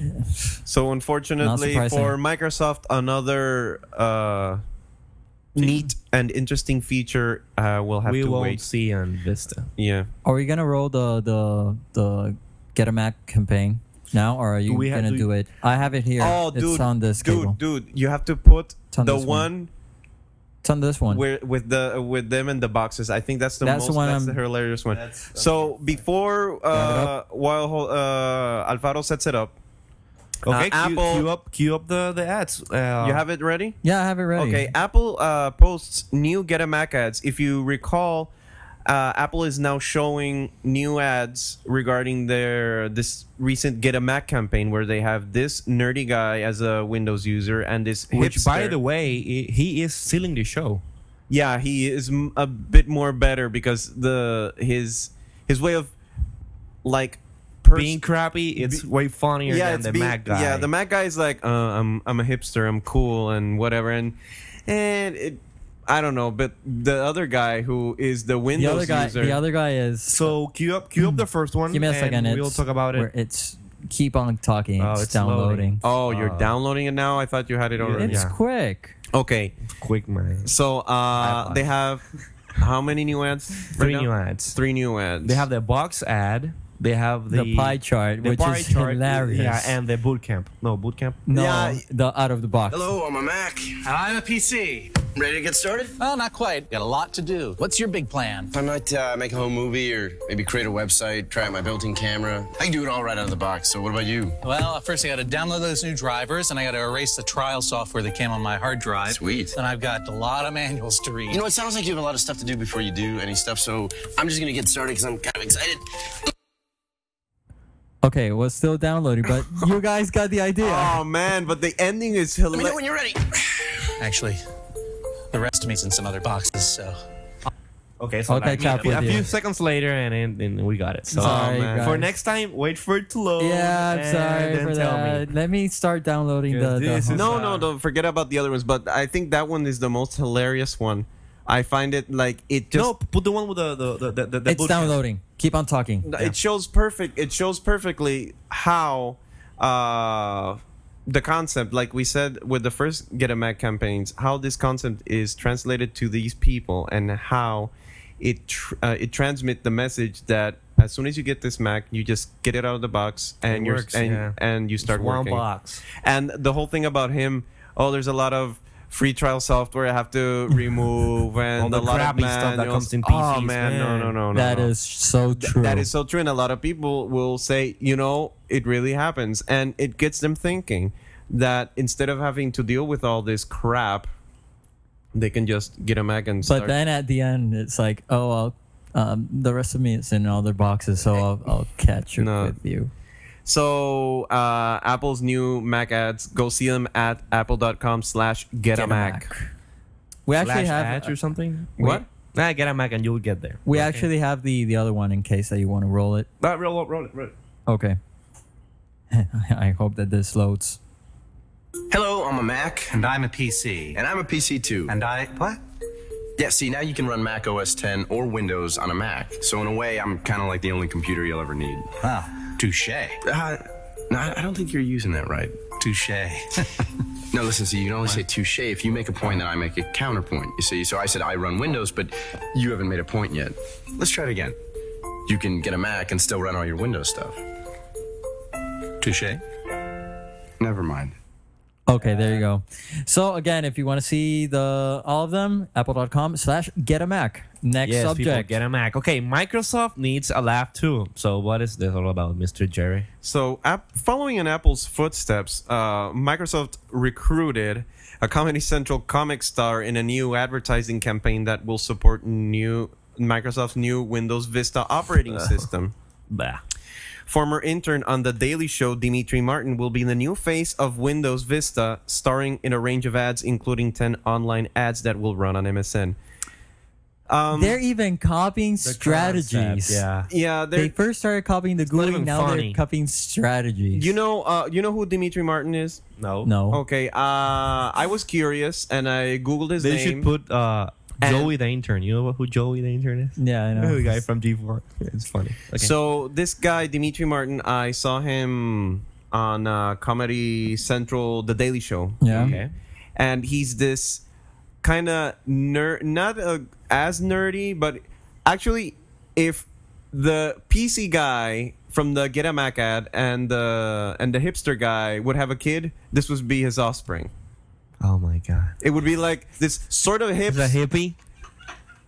G: so unfortunately
A: surprising.
G: for Microsoft, another uh, neat and interesting feature uh, we'll have
F: we
G: to
F: won't
G: wait.
F: see on Vista.
G: Yeah,
A: Are we gonna roll the the the Get a Mac campaign now, or are you
F: we have
A: gonna
F: to-
A: do it? I have it here.
G: Oh,
A: it's
G: dude,
A: on this
G: dude,
A: cable.
G: dude, you have to put
A: It's on
G: the
A: this
G: one,
A: one. It's on this one.
G: where with the with them and the boxes. I think that's the
A: That's the
G: most.
A: one
G: that's the
A: I'm-
G: hilarious one. so before uh, while uh, Alvaro sets it up,
F: Okay,
G: Uh,
F: cue,
G: Apple-
F: cue up, cue up the the ads. Uh,
G: you have it ready.
A: yeah, I have it ready.
G: Okay, Apple uh, posts new Get a Mac ads. If you recall, uh, Apple is now showing new ads regarding their this recent Get a Mac campaign, where they have this nerdy guy as a Windows user and this
F: which by
G: hipster.
F: the way, i- he is stealing the show.
G: yeah, he is m- a bit more better because the his his way of like pers-
F: Being crappy, it's way funnier than
G: it's
F: the
G: being-
F: Mac guy.
G: Yeah, the Mac guy is like, uh, I'm I'm a hipster, I'm cool, and whatever, and and it, I don't know, but the other guy who is the
A: The
G: Windows
A: other guy.
G: user,
A: The other guy is.
F: So cue up, cue up the first one.
A: give me a
F: and
A: second.
F: We'll
A: it's
F: talk about
A: where
F: it.
A: It's keep on talking.
F: Oh,
A: it's,
F: it's
A: downloading.
G: oh, you're
F: uh,
G: downloading it now. I thought you had it already.
A: It's
F: yeah.
A: quick.
G: Okay,
F: Quick man,
G: so uh, they have how many new ads?
F: three
G: right
F: new
G: now?
F: ads.
G: Three new ads.
F: They have the box ad. They have
A: The,
F: the,
A: pie chart,
F: the
A: which
F: pie
A: is
F: chart,
A: hilarious.
F: Yeah, and the boot camp. No boot camp.
A: no,
G: Yeah.
A: the out of the box.
J: Hello, I'm a Mac. And I'm a PC. Ready to get started? Well, not quite. Got a lot to do. What's your big plan? I might uh, make a home movie or maybe create a website, try out my built in camera. I can do it all right out of the box, so what about you?
K: Well, first I got to download those new drivers, and I got to erase the trial software that came on my hard drive.
J: Sweet.
K: And I've got a lot of manuals to read.
J: You know, it sounds like you have a lot of stuff to do before you do any stuff, so I'm just gonna get started because I'm kind of excited.
A: Okay, well, it's still downloading, but you guys got the idea.
G: Oh man, but the ending is
J: Let me
G: hilarious.
J: know when you're ready.
K: actually, the rest of me's in some other boxes. So
F: Okay, so
A: I'll
F: like
A: catch up
F: a few-
A: with
F: a
A: you.
F: few seconds later, and, and, and we got it. So
A: Sorry,
G: Oh, man.
A: guys.
F: for next time, wait for it to load.
A: Yeah, I'm
F: and
A: sorry
F: then
A: for
F: tell me.
A: that. Let me start downloading the. the
F: This is-
G: No,
F: Uh,
G: no, don't forget about the other ones. But I think that one is the most hilarious one. I find it like it just
F: no, put the one with the the the, the, the
A: it's
F: boot-
A: downloading. Keep on talking.
G: it shows perfect it shows perfectly how uh the concept like we said with the first get a mac campaigns how this concept is translated to these people and how it tr- uh, it transmit the message that as soon as you get this mac you just get it out of the box and you're
F: works,
G: and,
F: yeah.
G: and you start
F: It's one
G: working
F: box.
G: and the whole thing about him oh there's a lot of free trial software i have to remove and
F: All the
G: a lot
F: crappy
G: of
F: stuff that
G: manuals.
F: comes in
G: oh
F: PCs,
G: man, no
F: man.
G: no no no
A: That
G: no.
A: is so true.
G: That is so true, and a lot of people will say, you know, it really happens, and it gets them thinking that instead of having to deal with all this crap, they can just get a Mac and start.
A: But then at the end, it's like, oh, I'll, um, the rest of me is in other boxes, so I'll, I'll catch up
G: No.
A: with you.
G: so uh, Apple's new Mac ads, go see them at apple.com/slash get a Mac.
A: We actually
F: Flash
A: have
F: ads or something.
G: What?
F: Nah, get a Mac and you'll get there.
A: we actually have the the other one in case that you want to roll it.
F: Nah, roll, roll, roll, it, roll. it.
A: Okay. I hope that this loads.
J: Hello, I'm a Mac,
K: and I'm a PC.
J: and I'm a PC too.
K: And I what?
J: Yeah, see, now you can run Mac OS 10 or Windows on a Mac. So in a way, I'm kind of like the only computer you'll ever need.
K: Wow, touche,
J: Uh, no, I I don't think you're using that right.
K: touche.
J: No, listen, see, you can only say touche if you make a point and I make a counterpoint. You see, so I said I run Windows, but you haven't made a point yet. Let's try it again. You can get a Mac and still run all your Windows stuff.
K: touche.
J: Never mind.
A: Okay, there you go. So again, if you want to see the all of them, apple.com slash get a Mac.
L: Next
F: yes, people
L: subject.
F: get a Mac. Okay, Microsoft needs a lab too. So what is this all about, Mr. Jerry?
G: So, app, following in Apple's footsteps, uh, Microsoft recruited a Comedy Central comic star in a new advertising campaign that will support new Microsoft's new Windows Vista
F: Oh.
G: operating system.
F: Bah.
G: Former intern on The Daily Show, Dimitri Martin, will be the new face of Windows Vista, starring in a range of ads, including 10 online ads that will run on MSN. Um,
A: they're even copying strategies.
F: yeah.
G: yeah,
A: They
G: they're,
A: first started copying the GUI,
F: even
A: now
F: funny.
A: they're copying strategies.
G: you know, uh, you know who Dimitri Martin is?
F: No.
A: no.
G: Okay, uh, I was curious and I googled his
F: They
G: name.
F: should put uh,
G: And-
F: Joey the intern. You know who Joey the intern is?
A: Yeah, I know.
F: The guy from G4. It's funny. Okay.
G: So this guy Dimitri Martin, I saw him on uh, Comedy Central, The Daily Show. Mm-hmm.
A: Yeah.
F: okay.
G: and he's this kind of nerd, not uh, as nerdy, but actually, if the PC guy from the Get a Mac ad and the and the hipster guy would have a kid, this would be his offspring.
F: Oh my god.
G: It would be like this sort of hip.
F: Is a hippie?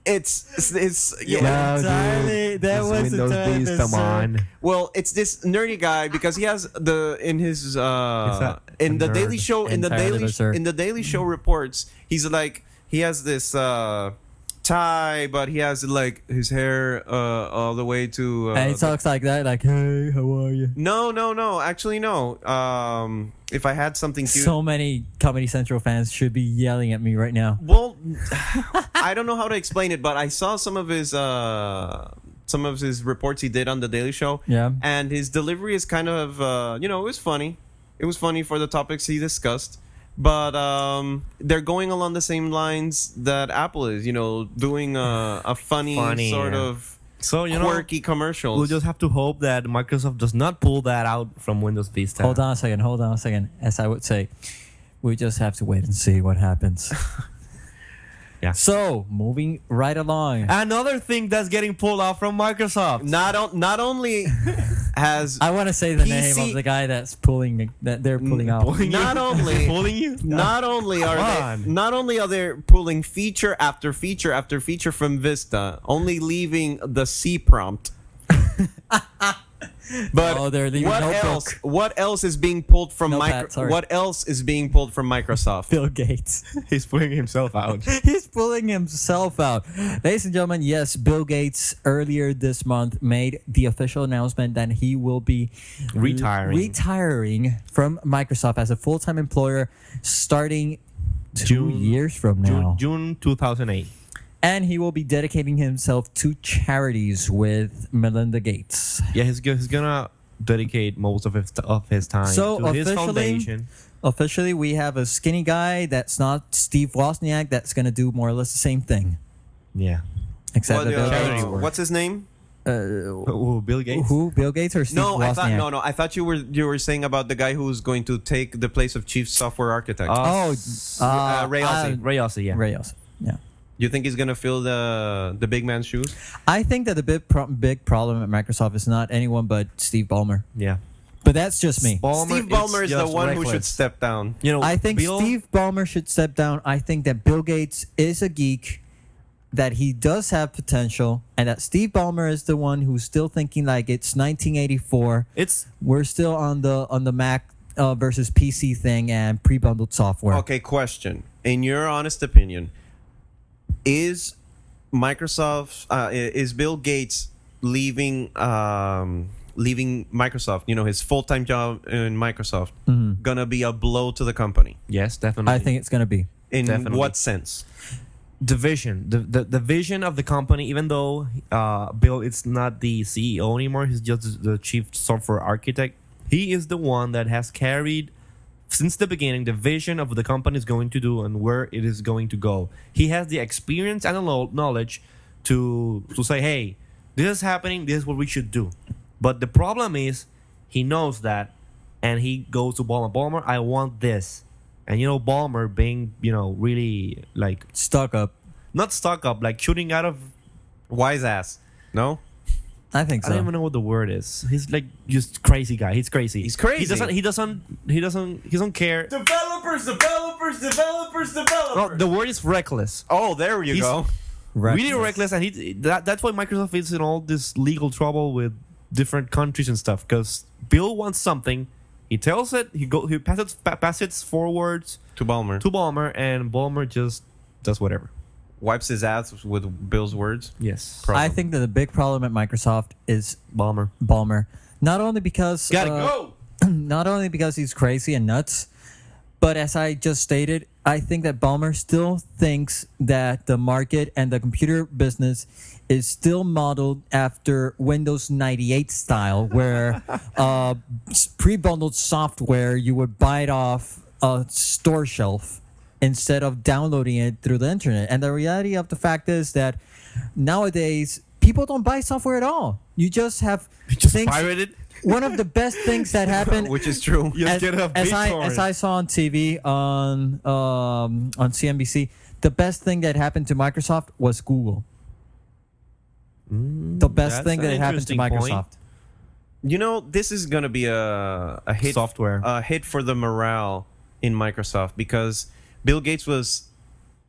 G: It's it's, it's yeah.
A: Entirely, that was entirely the
F: come
A: same.
F: on.
G: Well, it's this nerdy guy because he has the in his uh
F: It's a-
G: in
F: a
G: the
F: nerd.
G: Daily Show in the
A: Entirely
G: Daily
A: berserk.
G: in the Daily Show reports he's like he has this uh tie but he has like his hair uh all the way to uh,
A: and he talks like that, like, hey, how are you?
G: No, no, no. Actually no. Um if I had something cute
A: So many Comedy Central fans should be yelling at me right now.
G: Well, I don't know how to explain it, but I saw some of his uh, some of his reports he did on the Daily Show.
A: Yeah.
G: and his delivery is kind of uh, you know it was funny. It was funny for the topics he discussed, but um, they're going along the same lines that Apple is. You know, doing uh, a, a funny,
F: Funny,
G: sort
F: yeah.
G: of
F: So you know
G: quirky commercials.
F: we'll just have to hope that Microsoft does not pull that out from Windows Vista.
A: Hold on a second, hold on a second. As I would say, we just have to wait and see what happens.
F: Yeah. Ah,
A: So, moving right along.
F: Another thing that's getting pulled out from Microsoft.
G: not on, not only has
A: I want to say the name
G: PC
A: of the guy that's pulling that they're pulling
F: Mm,
A: out.
G: not only
F: pulling you.
G: Not only are
F: on.
G: they not only are they pulling feature after feature after feature from Vista, only leaving the C prompt. but
A: Oh, they're leaving
G: what
A: notebook.
G: else? What else is being pulled from
A: Notepad,
G: micro?
A: sorry.
G: What else is being pulled from Microsoft?
A: Bill Gates.
F: He's pulling himself out.
A: He's pulling himself out. Ladies and gentlemen, yes, Bill Gates earlier this month made the official announcement that he will be
F: Retiring.
A: retiring from Microsoft as a full time employer starting two
F: June-
A: years from now.
F: June, June 2008.
A: And he will be dedicating himself to charities with Melinda Gates.
F: Yeah, he's, go- he's gonna dedicate most of his of his time
A: So
F: to his
A: officially,
F: foundation.
A: officially, we have a skinny guy that's not Steve Wozniak that's going to do more or less the same thing.
F: Yeah.
A: Except
G: What,
A: that Bill
G: uh,
A: Gates. Uh,
G: what's his name?
F: Ooh, Bill Gates.
A: Who? Bill Gates or Steve
G: No,
A: Wozniak?
G: I thought no, no. I thought you were you were saying about the guy who's going to take the place of chief software architect.
A: Oh,
F: s-
A: uh,
G: Ray
A: uh,
G: Ozzie.
F: Ray Ozzie, yeah.
A: Ray Ozzie, Yeah.
G: you think he's gonna fill the the big man's shoes?
A: I think that the big pro- big problem at Microsoft is not anyone but Steve Ballmer.
F: Yeah.
A: But that's just me.
G: Steve
F: is
G: Ballmer is the
F: just
G: one who should
F: reckless.
G: step down.
F: You know,
A: I think
F: Bill-
A: Steve Ballmer should step down. I think that Bill Gates is a geek, that he does have potential, and that Steve Ballmer is the one who's still thinking like it's 1984.
F: It's
A: We're still on the on the Mac uh, versus PC thing and pre-bundled software.
G: Okay, question. In your honest opinion, is Microsoft uh, i- is Bill Gates leaving um, leaving Microsoft? You know, his full time job in Microsoft
A: Mm-hmm.
G: gonna be a blow to the company.
F: yes, definitely.
A: I think it's gonna be.
G: In
F: Definitely.
G: what sense?
F: the vision, the, the the vision of the company. Even though uh, Bill is not the CEO anymore, he's just the chief software architect. He is the one that has carried since the beginning the vision of the company is going to do and where it is going to go. He has the experience and the lo- knowledge to to say, hey, this is happening. This is what we should do. But the problem is, he knows that, and he goes to Ballmer. Ballmer, I want this. And you know, Ballmer being, you know, really like
A: Stuck up.
F: not stuck up, like shooting out of.
G: Wise ass. No.
A: I think
F: I
A: so.
F: don't even know what the word is. He's like just crazy guy. He's crazy.
G: He's crazy.
F: He doesn't. He doesn't. He doesn't. He doesn't care.
G: Developers, developers, developers,
F: No,
G: developers.
F: the word is reckless.
G: Oh, there you
F: He's
G: go.
F: really reckless, and he that, that's why Microsoft is in all this legal trouble with different countries and stuff. Because Bill wants something, he tells it, he go he passes pa- passes forwards
G: to Balmer.
F: to Balmer, and Balmer just does whatever.
G: Wipes his ass with Bill's words.
F: Yes,
A: I think that the big problem at Microsoft is
F: Balmer.
A: Balmer. Not only because uh,
F: Gotta
A: go. Not only because he's crazy and nuts, but as I just stated, I think that Balmer still thinks that the market and the computer business is still modeled after Windows 98 style, where uh, s- pre-bundled software you would buy it off a store shelf instead of downloading it through the internet. And the reality of the fact is that nowadays people don't buy software at all. You just have things.
F: Pirated.
A: One of the best things that happened,
G: Which is true.
F: You
A: as,
F: get a
A: as I as I saw on TV on um, on CNBC, the best thing that happened to Microsoft was Google. the best
F: Mm, that's
A: thing that
F: an
A: happened to
F: interesting point.
A: Microsoft.
G: You know, this is going to be a, a hit
F: Software.
G: a hit for the morale in Microsoft because Bill Gates was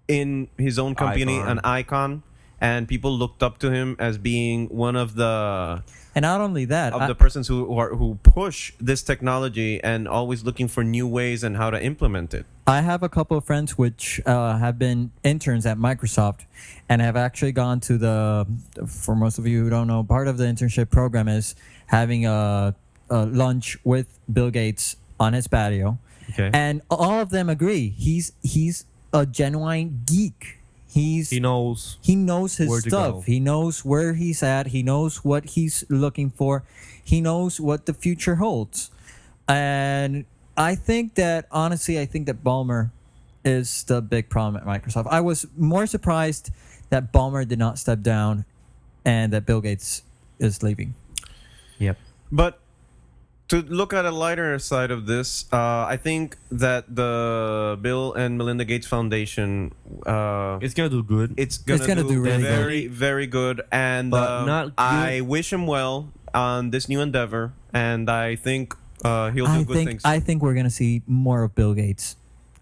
G: in his own company
F: Icon.
G: an icon, and people looked up to him as being one of the
A: And not only that,
G: of
F: Uh,
A: I-
G: the persons who who, are, who push this technology and always looking for new ways and how to implement it.
A: I have a couple of friends which uh, have been interns at Microsoft and have actually gone to the. For most of you who don't know, part of the internship program is having a, a lunch with Bill Gates on his patio,
F: Okay.
A: and all of them agree he's he's a genuine geek. He's
F: he knows.
A: he knows his
F: Where to go.
A: stuff. He knows where he's at. He knows what he's looking for. He knows what the future holds. And I think that honestly, I think that Balmer is the big problem at Microsoft. I was more surprised that Balmer did not step down and that Bill Gates is leaving.
F: Yep.
G: But to look at a lighter side of this, uh, I think that the Bill and Melinda Gates Foundation uh,
F: It's gonna do good.
G: it's gonna,
A: gonna do
G: do,
A: really good.
G: very very good and
F: But
G: um,
F: not good.
G: i wish him well on this new endeavor and i think uh, he'll
A: I
G: do good
A: think
G: things
A: I think we're gonna see more of Bill Gates.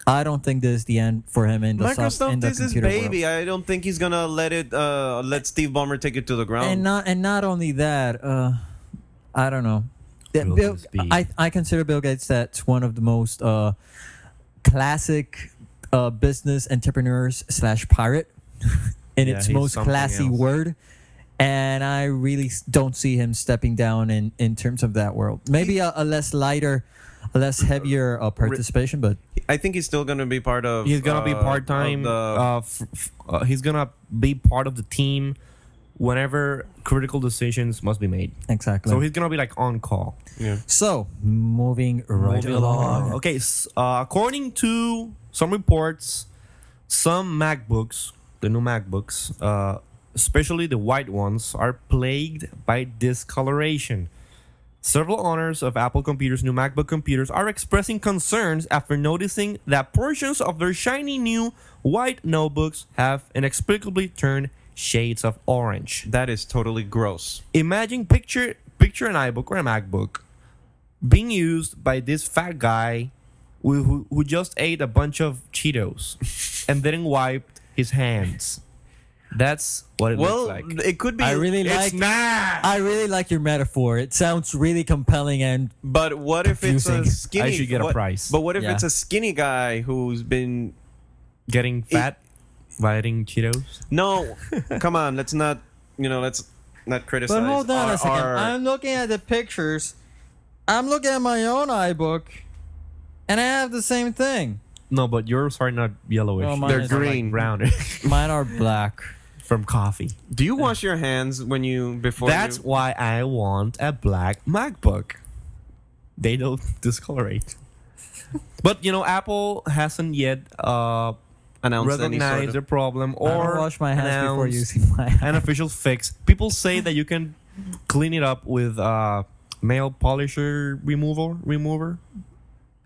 A: I don't think this is the end for him in the soft, in
G: microsoft
A: the
G: is his
A: computer world.
G: baby i don't think he's gonna let it uh, let steve ballmer take it to the ground
F: Um,
A: and not and not only that, uh, I don't know. That
F: Growth
A: Bill,
F: and speed.
A: I I consider Bill Gates that's one of the most uh, classic uh, business entrepreneurs slash pirate in
F: Yeah,
A: its
F: he's
A: most
F: something
A: classy
F: else.
A: word. And I really s- don't see him stepping down in, in terms of that world. Maybe a, a less lighter, a less heavier uh, participation, but
G: i think he's still gonna be part of
F: He's gonna be
G: uh, of
F: part time.
G: the-
F: Uh, f- f- uh, he's gonna be part of the team whenever critical decisions must be made.
A: exactly.
F: So
A: So,
F: he's gonna be like on call.
A: moving right
F: Moving
A: along.
F: along. Okay, s- uh, according to some reports, some MacBooks, the new MacBooks, uh, especially the white ones, are plagued by discoloration. Several owners of Apple computers, new MacBook computers, are expressing concerns after noticing that portions of their shiny new white notebooks have inexplicably turned shades of orange
G: that is totally gross
F: imagine picture picture an iBook or a MacBook being used by this fat guy who, who, who just ate a bunch of Cheetos and then wiped his hands. That's what it
G: well
F: looks like.
G: it could be
A: I really like
F: not.
A: I really like your metaphor. It sounds really compelling and
G: But what if it's a
A: Confusing.
G: skinny?
F: I should get a
G: what-
F: price.
G: But what if
A: Yeah.
G: it's a skinny guy who's been
F: Getting fat by eating Cheetos.
G: No, come on. Let's not. You know, let's not criticize.
A: But hold on
G: our-
A: a second.
G: our-
A: I'm looking at the pictures. I'm looking at my own iBook, and I have the same thing.
F: No, but yours are not yellowish.
A: Well, mine
F: They're
A: is like
F: green, brown
A: Mine are black.
F: from coffee.
G: do you wash your hands when you before?
F: That's
G: you-
F: why I want a black MacBook. They don't discolorate. but you know, Apple hasn't yet uh,
G: announce any
F: recognized
G: sort
F: the
G: of,
F: problem
A: I
F: or
A: don't wash my hands before
F: announced
A: using my.
F: an official fix. People say that you can clean it up with uh, nail polisher removal remover.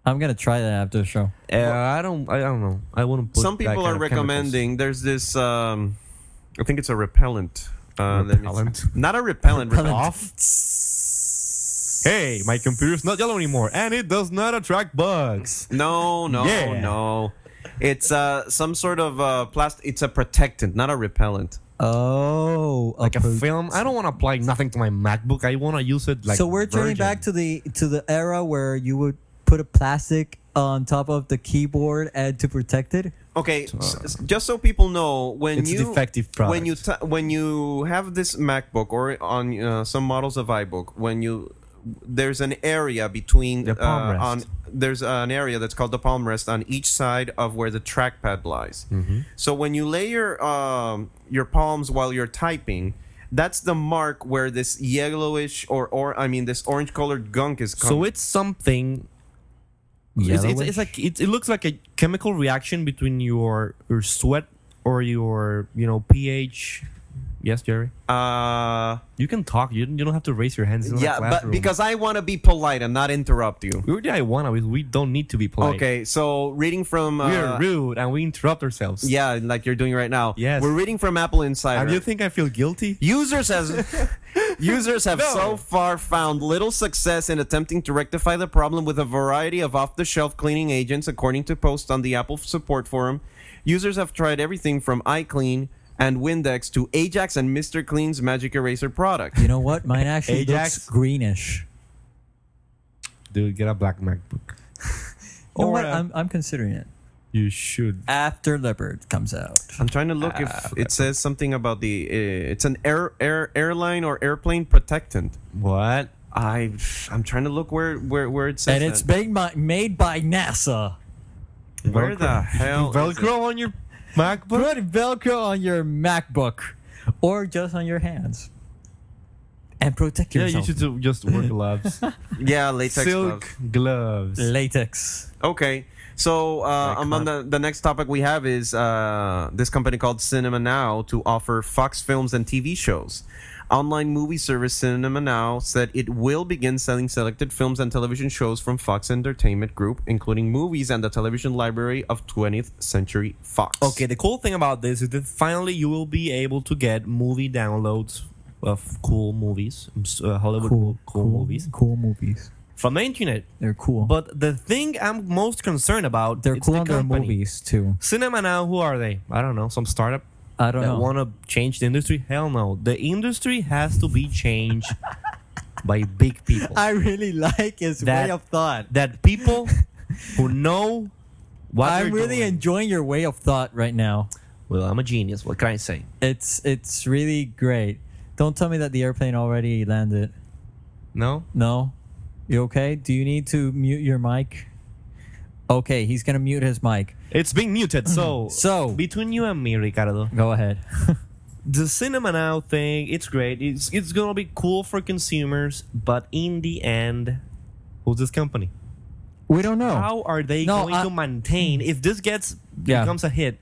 A: I'm gonna try that after the show.
F: Uh, I don't. I don't know. I wouldn't. Put
G: some
F: that
G: people
F: kind
G: are
F: of chemicals.
G: recommending. There's this. Um, I think it's a repellent. Uh, let me-
F: Repellent?
G: Not a repellent. repellent.
F: off. Hey, my computer's not yellow anymore, and it does not attract bugs.
G: No, no,
F: Yeah.
G: no. It's uh, some sort of uh, plastic. It's a protectant, not a repellent.
A: Oh,
F: like a film. I don't want to apply nothing to my MacBook. I want to use it like.
A: so we're turning
F: Virgin.
A: back to the to the era where you would put a plastic on top of the keyboard and to protect it.
G: Okay, s- s- just so people know, when
A: It's a
G: you
A: defective
G: when you t- when you have this MacBook or on uh, some models of iBook, when you there's an area between
F: The palm
G: uh,
F: rest.
G: on there's an area that's called the palm rest on each side of where the trackpad lies. So when you lay your um, your palms while you're typing, that's the mark where this yellowish or or I mean this orange colored gunk is coming.
F: So it's something. It's, it's, it's like it, it looks like a chemical reaction between your your sweat or your you know pH. Yes, Jerry.
G: uh
F: You can talk. You, you don't have to raise your hands. In the
G: yeah, but
F: classroom.
G: because I want to be polite and not interrupt you.
F: we're the I wanna. We, we don't need to be polite.
G: Okay, so reading from uh,
F: we're rude and we interrupt ourselves.
G: yeah, like you're doing right now.
F: Yes.
G: we're reading from Apple Insider.
F: And you think I feel guilty?
G: users has users have so far found little success in attempting to rectify the problem with a variety of off-the-shelf cleaning agents, according to posts on the Apple support forum. Users have tried everything from iClean and Windex to Ajax and Mr. Clean's Magic Eraser product.
A: You know what? Mine actually looks
F: Ajax.
A: greenish.
F: Dude, get a black MacBook.
A: You know
F: Or
A: what?
F: a-
A: I'm I'm considering it
F: You should.
A: after Leopard comes out.
G: I'm trying to look
F: Ah,
G: if it says something about the. Uh, it's an air, air airline or airplane protectant.
F: What?
G: I I'm trying to look where where where it says
A: And it's
G: that.
A: being mi- made by NASA.
G: where the hell is it?
F: Velcro on your MacBook?
A: Put Velcro on your MacBook or just on your hands and protect
F: Yeah,
A: yourself.
F: you should do just wear gloves.
G: Yeah, latex
F: Silk
G: gloves.
F: gloves.
A: Latex.
G: Okay, so uh, among the the next topic we have is uh, this company called Cinema Now to offer Fox films and TV shows. Online movie service Cinema Now said it will begin selling selected films and television shows from Fox Entertainment Group, including movies and the television library of 20th Century Fox.
F: Okay, the cool thing about this is that finally you will be able to get movie downloads of cool movies, uh, Hollywood cool, movies
A: Cool movies.
F: from the internet.
A: They're cool.
F: But the thing I'm most concerned about
A: they're
F: it's
A: cool
F: the
A: on their
F: company.
A: movies too.
F: Cinema Now, who are they? I don't know, some startup
A: I don't
F: that
A: know.
F: want to change the industry? Hell no. The industry has to be changed by big people.
A: I really like his
F: That-
A: way of thought.
F: that people who know what
A: I'm
F: they're
A: really
F: doing-
A: enjoying your way of thought right now.
F: Well, I'm a genius. What can I say?
A: It's it's really great. Don't tell me that the airplane already landed.
F: No.
A: No? You okay? Do you need to mute your mic? Okay, he's gonna mute his mic.
F: It's being muted. So,
A: So-
F: between you and me, Ricardo,
A: Go ahead.
F: the cinema now thing, it's great. It's it's gonna be cool for consumers, but in the end, who's this company?
A: we don't know.
F: How are they
A: No,
F: going
A: I-
F: to maintain if this gets
A: Yeah.
F: becomes a hit?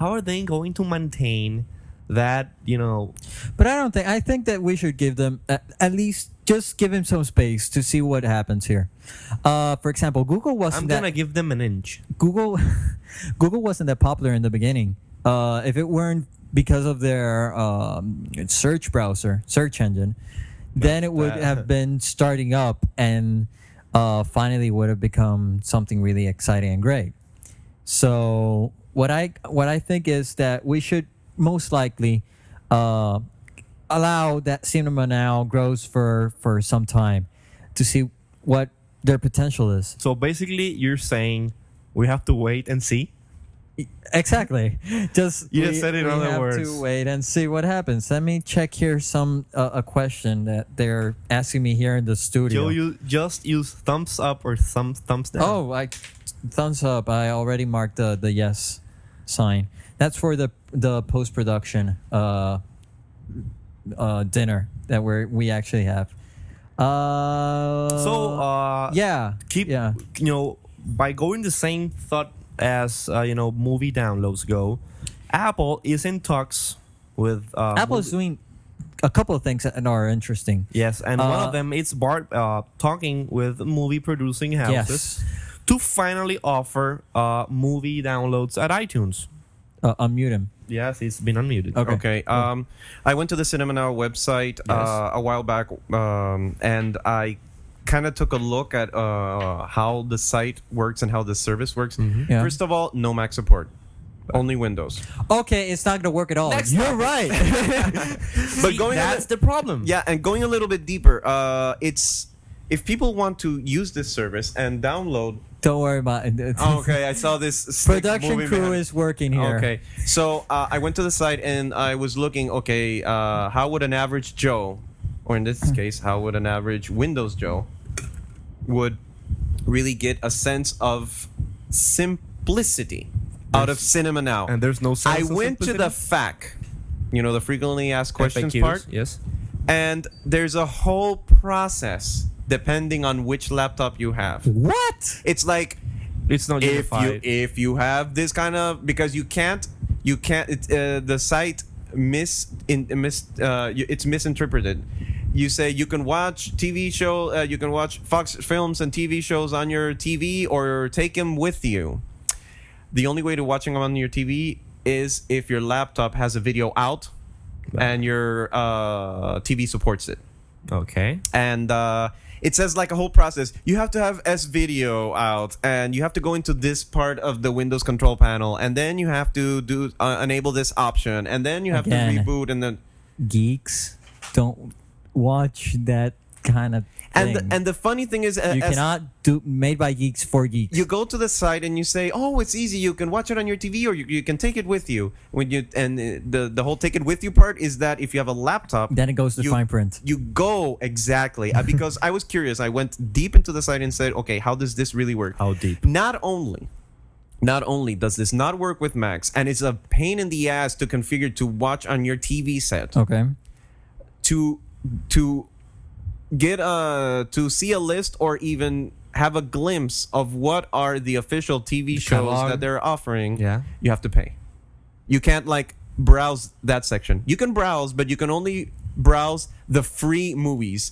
F: How are they going to maintain that? You know,
A: But I don't think I think that we should give them at, at least just give him some space to see what happens here. Uh, for example, Google wasn't
F: I'm
A: that
F: gonna give them an inch.
A: Google Google wasn't that popular in the beginning. Uh, if it weren't because of their um, search browser, search engine, then it would
F: that.
A: have been starting up and uh, finally would have become something really exciting and great. So what I what I think is that we should most likely uh, allow that cinema now grows for for some time to see what their potential is.
F: So basically, you're saying we have to wait and see.
A: Exactly. Just
F: You just said it in
A: have
F: other words.
A: To wait and see what happens. Let me check here some uh, a question that they're asking me here in the studio.
F: Joe, you just use thumbs up or thumb thumbs down.
A: oh, I thumbs up. I already marked the the yes sign. That's for the the post production uh, uh, dinner that we are we actually have. Uh,
F: so uh,
A: yeah,
F: keep
A: yeah.
F: you know by going the same thought as uh, you know movie downloads go apple is in talks with uh,
A: Apple is doing
F: movie-
A: a couple of things that are interesting.
F: yes and one
A: uh,
F: of them is bart uh, talking with movie producing houses
A: Yes.
F: to finally offer uh, movie downloads at itunes
A: Uh, unmute him.
F: yes it's been unmuted
A: Okay.
G: Okay. Um, I went to the Cinema Now website uh, a while back, um, and I kind of took a look at uh, how the site works and how the service works.
A: Yeah.
G: First of all, no Mac support. Only Windows.
A: Okay, it's not gonna work at all. You're right.
G: but going
F: that's
G: the
F: problem.
G: Yeah, and going a little bit deeper, uh, it's if people want to use this service and download.
A: Don't worry about it. It's-
G: Oh, okay, I saw this stick
A: Production
G: moving
A: crew
G: behind-
A: is working here.
G: Okay, so uh, I went to the site and I was looking. Okay, uh, how would an average Joe, or in
F: Hmm.
G: this case, how would an average Windows Joe, would really get a sense of simplicity out of Cinema Now?
F: And there's no sense
G: I
F: of
G: went to the FAQ, you know, the frequently asked questions
F: FAQs,
G: part.
F: Yes.
G: And there's a whole process depending on which laptop you have.
A: What?
G: It's like
F: It's not
G: if you
F: unified.
G: if you have this kind of because you can't you can't it, uh, the site mis in mis uh, you- it's misinterpreted. You say you can watch TV show uh, you can watch Fox films and TV shows on your TV or take them with you. The only way to watching them on your TV is if your laptop has a video out and your uh, TV supports it
F: Okay.
G: and uh, it says like a whole process. You have to have S video out, and you have to go into this part of the Windows control panel, and then you have to do uh, enable this option, and then you have to
A: Again.
G: reboot, and then
A: Geeks don't watch that kind of
G: and
A: thing.
G: the, and the funny thing is, uh,
A: you
G: as-
A: cannot do made by geeks for geeks.
G: you go to the site and you say, "Oh, it's easy. You can watch it on your TV, or you, you can take it with you." When you and uh, the the whole take it with you part is that if you have a laptop,
A: then it goes to
G: you-
A: fine print.
G: You go exactly Uh, because I was curious. I went deep into the site and said, "Okay, how does this really work?"
F: How deep?
G: Not only, not only does this not work with Macs, and it's a pain in the ass to configure to watch on your TV set
A: Okay.
G: to to get a to see a list or even have a glimpse of what are the official TV shows
F: catalog.
G: that they're offering.
F: Yeah.
G: you have to pay. You can't like browse that section. You can browse, but you can only browse the free movies.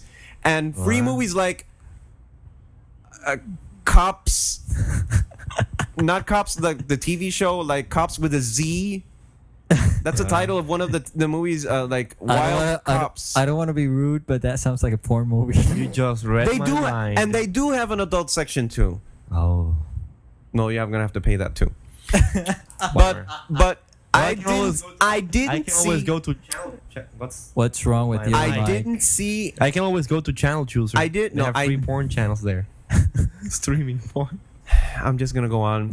G: And free movies like uh, Cops not Cops the the TV show like Cops with a Z. That's the title of one of the the movies uh, like Wild
A: I don't wanna- I don't-
G: Cops.
A: I don't want to be rude, but that sounds like a porn movie.
F: You just read
G: they
F: my
G: do
F: mind.
G: and they do have an adult section too.
F: oh.
G: No, yeah, I'm going to have to pay that too. but but I,
F: can
G: didn't
F: always-
G: I didn't
F: I can
G: see
F: always go to channel. Check. What's
A: What's wrong with you?
G: I
A: Mike?
G: didn't see
F: I can always go to channel chooser.
G: I did-
F: They
G: no,
F: have
G: I-
F: free porn channels there. Streaming porn.
G: I'm just gonna go on.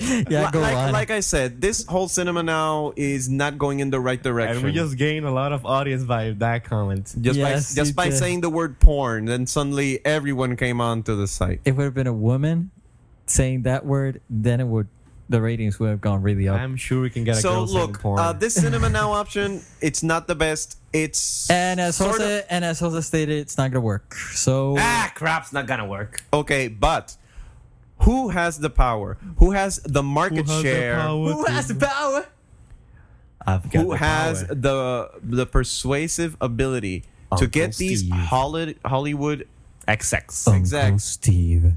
A: Yeah,
G: Li-
A: go
G: like,
A: on.
G: like I said, this whole cinema now is not going in the right direction.
F: And we just gain a lot of audience by that comment.
G: just
A: Yes,
G: by just
A: you
G: by
A: did.
G: saying the word porn, then suddenly everyone came onto the site.
A: it would have been a woman saying that word, then it would the ratings would have gone really up.
F: I'm sure we can get a
G: So
F: girl saying
G: look,
F: porn.
G: uh, this cinema now option, it's not the best. It's
A: and as
G: sort
A: Jose and as Jose stated, it's not gonna work. So
F: ah crap's not gonna work.
G: of- okay, but who has the power? Who has the market share?
A: who has the power?
F: I've got
G: who
F: the
G: has
F: power.
G: the the persuasive ability to
F: Uncle
G: get these
F: Steve.
G: Holly, Hollywood
F: XX?
G: Exact.
A: Uncle Steve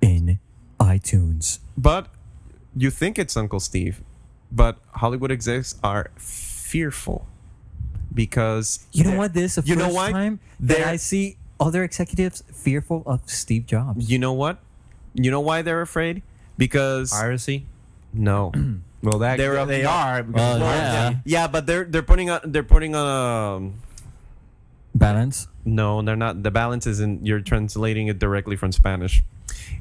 A: in iTunes.
G: But you think it's Uncle Steve, but Hollywood execs are fearful because
A: You know what? This is the
G: You know
A: first
G: why?
A: time that
G: They're-
A: I see other executives fearful of Steve Jobs.
G: you know what? You know why they're afraid? Because
F: piracy.
G: no.
F: Well, that
G: They're up-
F: they are. Because
A: Well,
F: Oh, yeah.
A: yeah.
G: yeah, but they're they're putting on they're putting on um,
A: Balance.
G: no, they're not the balance isn't you're translating it directly from Spanish.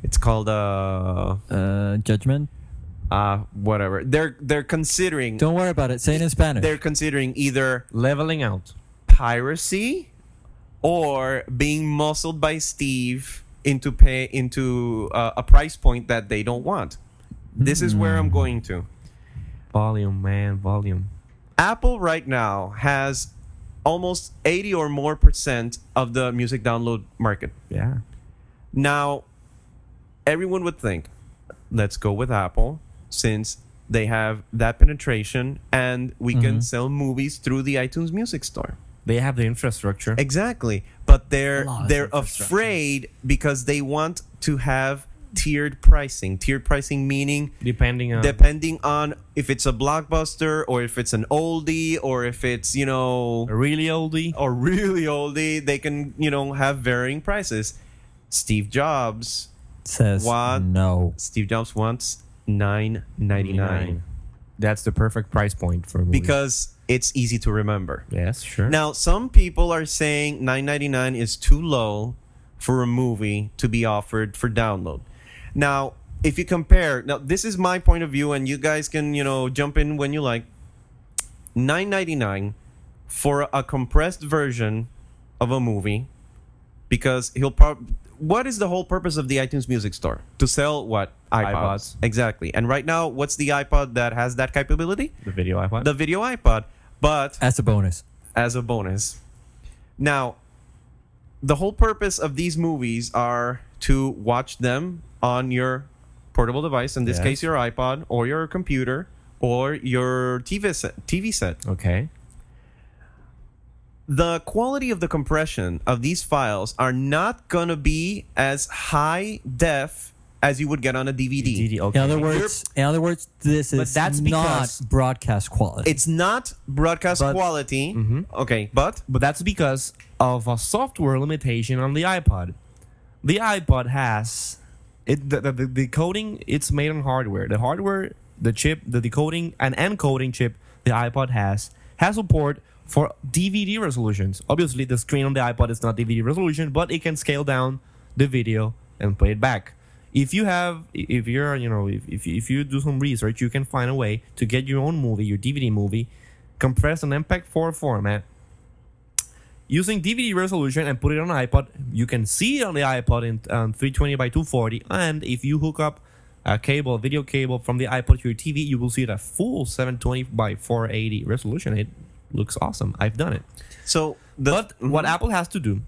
G: It's called uh
A: Uh, judgment.
G: uh whatever. They're they're considering
A: Don't worry about it. Say it in Spanish.
G: they're considering either
F: leveling out.
G: piracy or being muscled by Steve into pay into uh, a price point that they don't want. This is where I'm going to.
F: Hmm. Volume, man, volume.
G: Apple right now has almost 80 or more percent of the music download market.
F: Yeah.
G: Now, everyone would think, let's go with Apple since they have that penetration and we can sell movies through the iTunes Music Store.
F: Mm-hmm. They have the infrastructure.
G: Exactly. But they're
A: lot of
G: they're
A: infrastructure.
G: afraid because they want to have tiered pricing. Tiered pricing meaning
F: Depending on
G: depending on if it's a blockbuster or if it's an oldie or if it's, you know,
F: really oldie.
G: or really oldie, they can, you know, have varying prices. Steve Jobs
A: says
G: What?
A: no.
G: Steve Jobs wants nine ninety nine.
F: That's the perfect price point for a movie.
G: Because it's easy to remember.
F: yes, sure.
G: Now, some people are saying 9.99 is too low for a movie to be offered for download. Now, if you compare, now this is my point of view and you guys can, you know, jump in when you like. 9.99 for a compressed version of a movie because he'll probably what is the whole purpose of the iTunes Music Store? To sell what? iPods.
F: iPods.
G: Exactly. And right now, what's the iPod that has that capability?
F: the video I want.
G: The video iPod. But
A: As a bonus.
G: as a bonus. Now, the whole purpose of these movies are to watch them on your portable device, in this
F: Yes.
G: case, your iPod or your computer or your TV set. TV set.
F: okay.
G: The quality of the compression of these files are not going to be as high def as you would get on a
F: DD,
A: In
F: okay.
A: other words, in other words, this
F: But
A: is
F: that's
A: not
F: because-
A: broadcast quality.
G: It's not broadcast
F: But- Mm-hmm.
G: quality. Okay, but
F: but that's because of a software limitation on the iPod. The iPod has it the, the, the decoding it's made on hardware. The hardware, the chip, the decoding and encoding chip the iPod has has support for DVD resolutions. Obviously the screen on the iPod is not DVD resolution, but it can scale down the video and play it back. If you have if you're you know if, if, if you do some research, you can find a way to get your own movie, your DVD movie compressed on MPEG-4 E format using DVD resolution and put it on an iPod. You can see it on the iPod in um, 320 by 240. And if you hook up a cable, a video cable from the iPod to your TV, you will see it at full 720 by 480 resolution. It looks awesome. I've done it.
G: so the
F: but what Apple has to do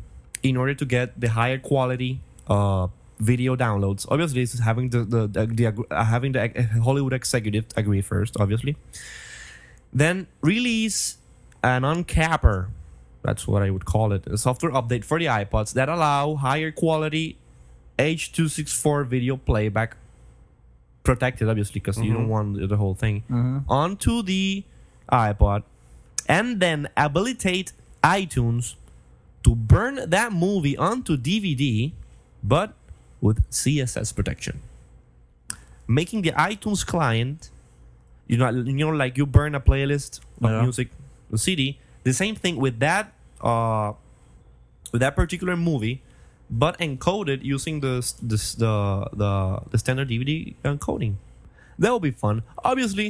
F: in order to get the higher quality uh, video downloads, obviously, is having the, the, the, the ag- uh, having the ex- Hollywood executive agree first, obviously. Then release an uncapper. That's what I would call it. A software update for the iPods that allow higher quality H.264 video playback protected, obviously, because you don't
G: Mm-hmm.
F: want the- the whole thing onto the iPod, and then habilitate iTunes to burn that movie onto DVD, but with CSS protection, making the iTunes client, you know, you know, like you burn a playlist of
A: Yeah.
F: music, the CD. The same thing with that, uh, with that particular movie, but encoded using the s- the s- the the, the standard DVD encoding. That will be fun. Obviously,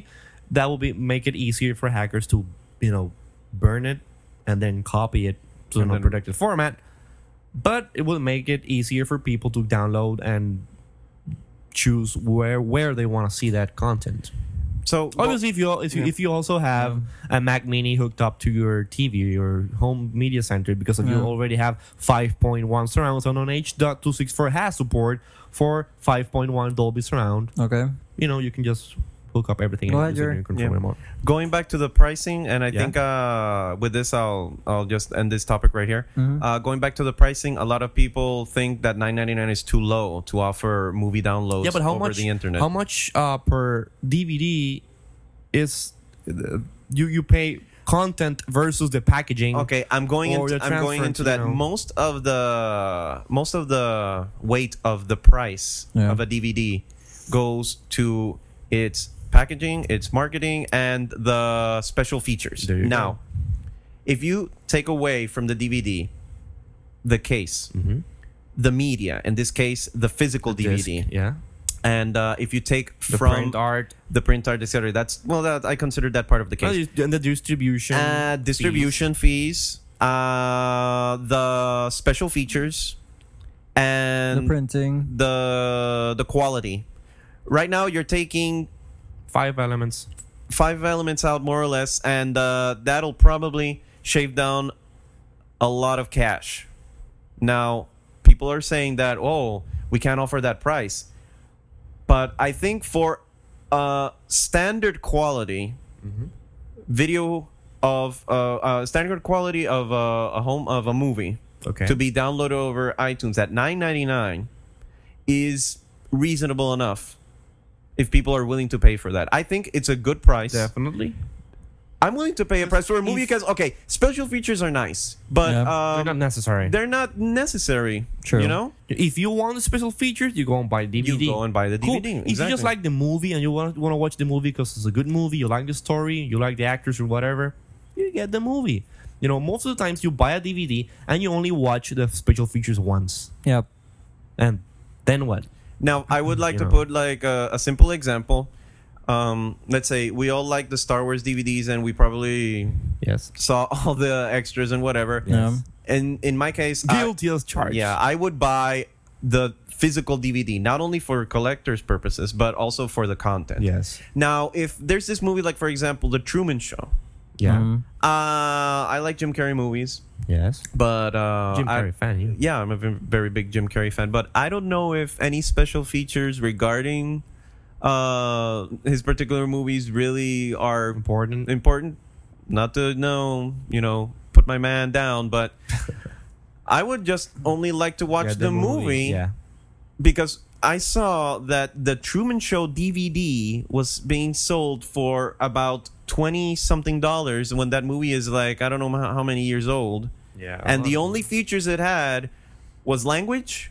F: that will be make it easier for hackers to you know burn it and then copy it to an unprotected format. But it will make it easier for people to download and choose where where they want to see that content.
G: so
F: Obviously, if you al- if you, if you also have a Mac Mini hooked up to your TV, your home media center, because if you already have 5.1 surround, so on H.264 has support for 5.1 Dolby surround.
A: okay.
F: You know, you can just hook up everything
A: Go
F: and
A: ahead,
F: use it in
A: Jerry.
F: your control
G: Yeah.
F: remote.
G: going back to the pricing and i
F: Yeah.
G: think uh, with this i'll i'll just end this topic right here
F: Mm-hmm.
G: uh, going back to the pricing a lot of people think that 9.99 is too low to offer movie downloads
F: yeah, but how
G: over
F: much?
G: the internet
F: How much uh, per DVD is uh, you you pay content versus the packaging?
G: okay i'm going
F: Mm-hmm. Or
G: into,
F: the
G: i'm going
F: transfer,
G: into
F: you
G: that
F: know.
G: most of the most of the weight of the price
A: Yeah.
G: of a dvd goes to its packaging its marketing and the special features
F: There you go.
G: now if you take away from the dvd the case
F: Mm-hmm.
G: the media in this case the physical
F: Disc,
G: dvd
F: yeah,
G: and uh, if you take
F: the
G: from
F: print art,
G: the print art etc that's well that i consider that part of the case
F: and the distribution,
G: uh, distribution fees, uh, the special features,
A: The
G: and the,
A: printing.
G: the quality. Right now, you're taking
F: fees, five elements.
G: five elements out more or less, and uh, that'll probably shave down a lot of cash. Now, people are saying that oh, we can't offer that price, but I think for uh, standard quality video of uh, uh, standard quality of uh, a home of a movie
F: Okay.
G: to be downloaded over iTunes at nine ninety nine is reasonable enough if people are willing to pay for that. I think it's a good price
F: Definitely.
G: I'm willing to pay a price for a movie because okay, special features are nice, but
F: Yeah.
G: um,
F: They're not necessary.
G: They're not necessary.
F: True.
G: You know,
F: If you want the special features, you go and buy DVD.
G: You go and buy the
F: Cool.
G: DVD,
F: If you
G: exactly.
F: just like the movie and you want want to watch the movie because it's a good movie, you like the story, you like the actors or whatever, you get the movie. You know, most of the times you buy a DVD and you only watch the special features once,
A: Yep.
F: and then what?
G: Now, I would like
F: You
G: to
F: know.
G: put like a, a simple example. Um, let's say we all like the Star Wars DVDs, and we probably
F: Yes.
G: saw all the extras and whatever.
A: Yeah.
G: And in my case, I-
F: Guilty as charged.
G: yeah, I would buy the physical DVD not only for collectors' purposes but also for the content.
F: Yes.
G: Now, if there's this movie, like for example, The Truman Show.
A: Mm-hmm.
F: Yeah.
A: Mm.
G: Uh, I like Jim Carrey movies,
F: Yes.
G: but uh,
F: Jim
G: I-
F: Carrey fan. You.
G: yeah, I'm a v- very big Jim Carrey fan, but I don't know if any special features regarding uh, his particular movies really are
F: Important.
G: Important. Not to know, you know, put my man down, but I would just only like to watch
F: Yeah,
G: the, movie,
F: Yeah.
G: because I saw that the Truman Show DVD was being sold for about twenty something dollars when that movie is like I don't know how how many years old
F: Yeah. Uh-huh.
G: and the only features it had was language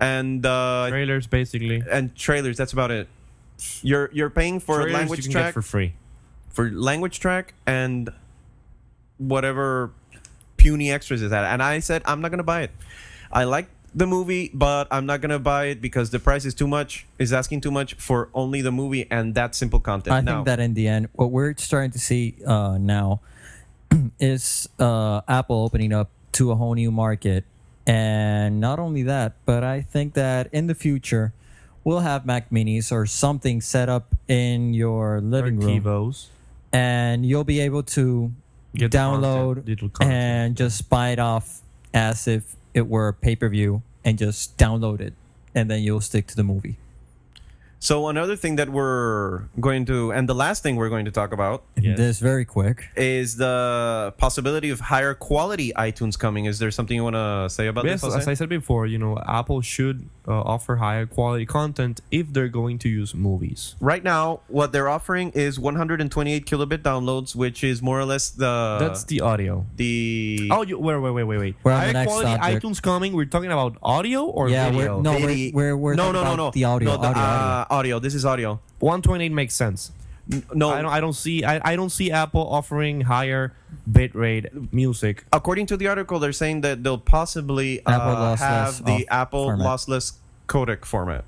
G: and uh,
F: trailers basically
G: and trailers. That's about it. You're you're paying for
F: Trailers you
G: language
F: can
G: track
F: get for
G: for,
F: free.
G: language track and whatever puny extras is that. And I said I'm not gonna buy it. I like the movie, but I'm not gonna buy it because the price is too much. Is asking too much for only the movie and that simple content.
A: I
G: Now-
A: think that in the end, what we're starting to see uh, now is uh, Apple opening up to a whole new market. And not only that, but I think that in the future, we'll have Mac Minis or something set up in your living room.
F: Kivos.
A: And you'll be able to
F: Get the
A: download
F: content, digital content.
A: and just buy it off as if it were pay per view and just download it. And then you'll stick to the movie.
G: so another thing that we're going to and the last thing we're going to talk about
F: Yes.
A: This very quick.
G: is the possibility of higher quality iTunes coming. Is there something you want to say about
F: Yes,
G: this?
F: as
G: Jose?
F: I said before, you know, Apple should uh, offer higher quality content if they're going to use movies.
G: right now, what they're offering is 128 kilobit downloads, which is more or less the
F: That's the audio.
G: the
F: Oh, you, wait, wait, wait, wait, wait.
A: We're on the
F: higher
A: next
F: quality
A: subject.
F: iTunes coming. We're talking about audio or
A: Yeah,
F: video.
A: we're, no,
G: Vidi-
A: we're, we're, we're
G: no,
A: talking
G: no, no,
A: about
G: no,
A: the audio.
G: no, the,
A: audio, audio.
G: Uh, audio. This is audio.
F: 128 makes sense.
G: N- No,
F: I don't. I don't see. I, I don't see Apple offering higher bitrate music.
G: according to the article, they're saying that they'll possibly
A: Apple
G: uh,
A: lossless
G: have the
A: off-
G: Apple
A: format.
G: lossless codec format.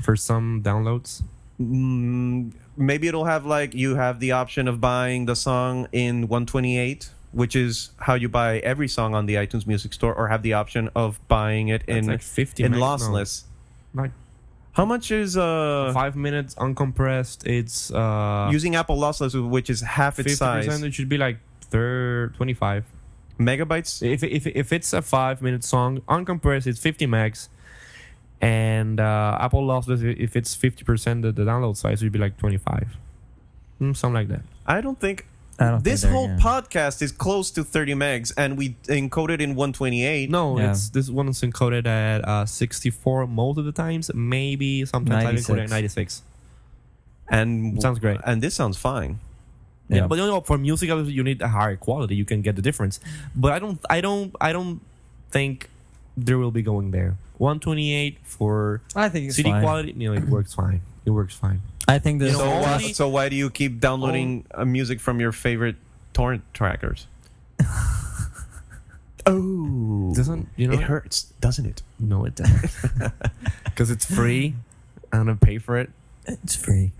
F: for some downloads.
G: Mm, maybe it'll have like you have the option of buying the song in 128 which is how you buy every song on the iTunes Music Store, or have the option of buying it in
F: like 50
G: in
F: meg- no.
G: lossless.
F: Like
G: How much is uh
F: five minutes uncompressed. It's uh,
G: using Apple lossless, which is half
F: 50%,
G: its size,
F: It should be like third 25.
G: megabytes?
F: If, if, if it's a five minute song, uncompressed, it's 50 megs. And uh, Apple lossless, i- if it's 50%, the, the download size would be like 25. Mm, something like that.
G: I don't think.
A: I don't
G: this
A: think they're
G: whole
A: gonna-
G: podcast is close to 30 megs, and we encoded in 128.
F: No,
A: Yeah.
F: it's this one's encoded at uh, 64 most of the times. Maybe sometimes I encode
A: 96.
F: it at 96.
G: and
F: Sounds great.
G: And this sounds fine.
F: Yeah.
A: Yeah.
F: but you know, for music, obviously, you need a higher quality. You can get the difference. But I don't, I don't, I don't think there will be going there. One twenty eight for
A: I think it's
F: CD
A: fine.
F: quality. You know, it works fine. It works fine.
A: I think this.
G: So,
F: know,
G: why,
F: only-
G: so why do you keep downloading uh, music from your favorite torrent trackers? oh,
F: Doesn't you know?
G: it hurts, doesn't it?
F: No, it doesn't. Because it's free. I don't pay for it.
A: it's free.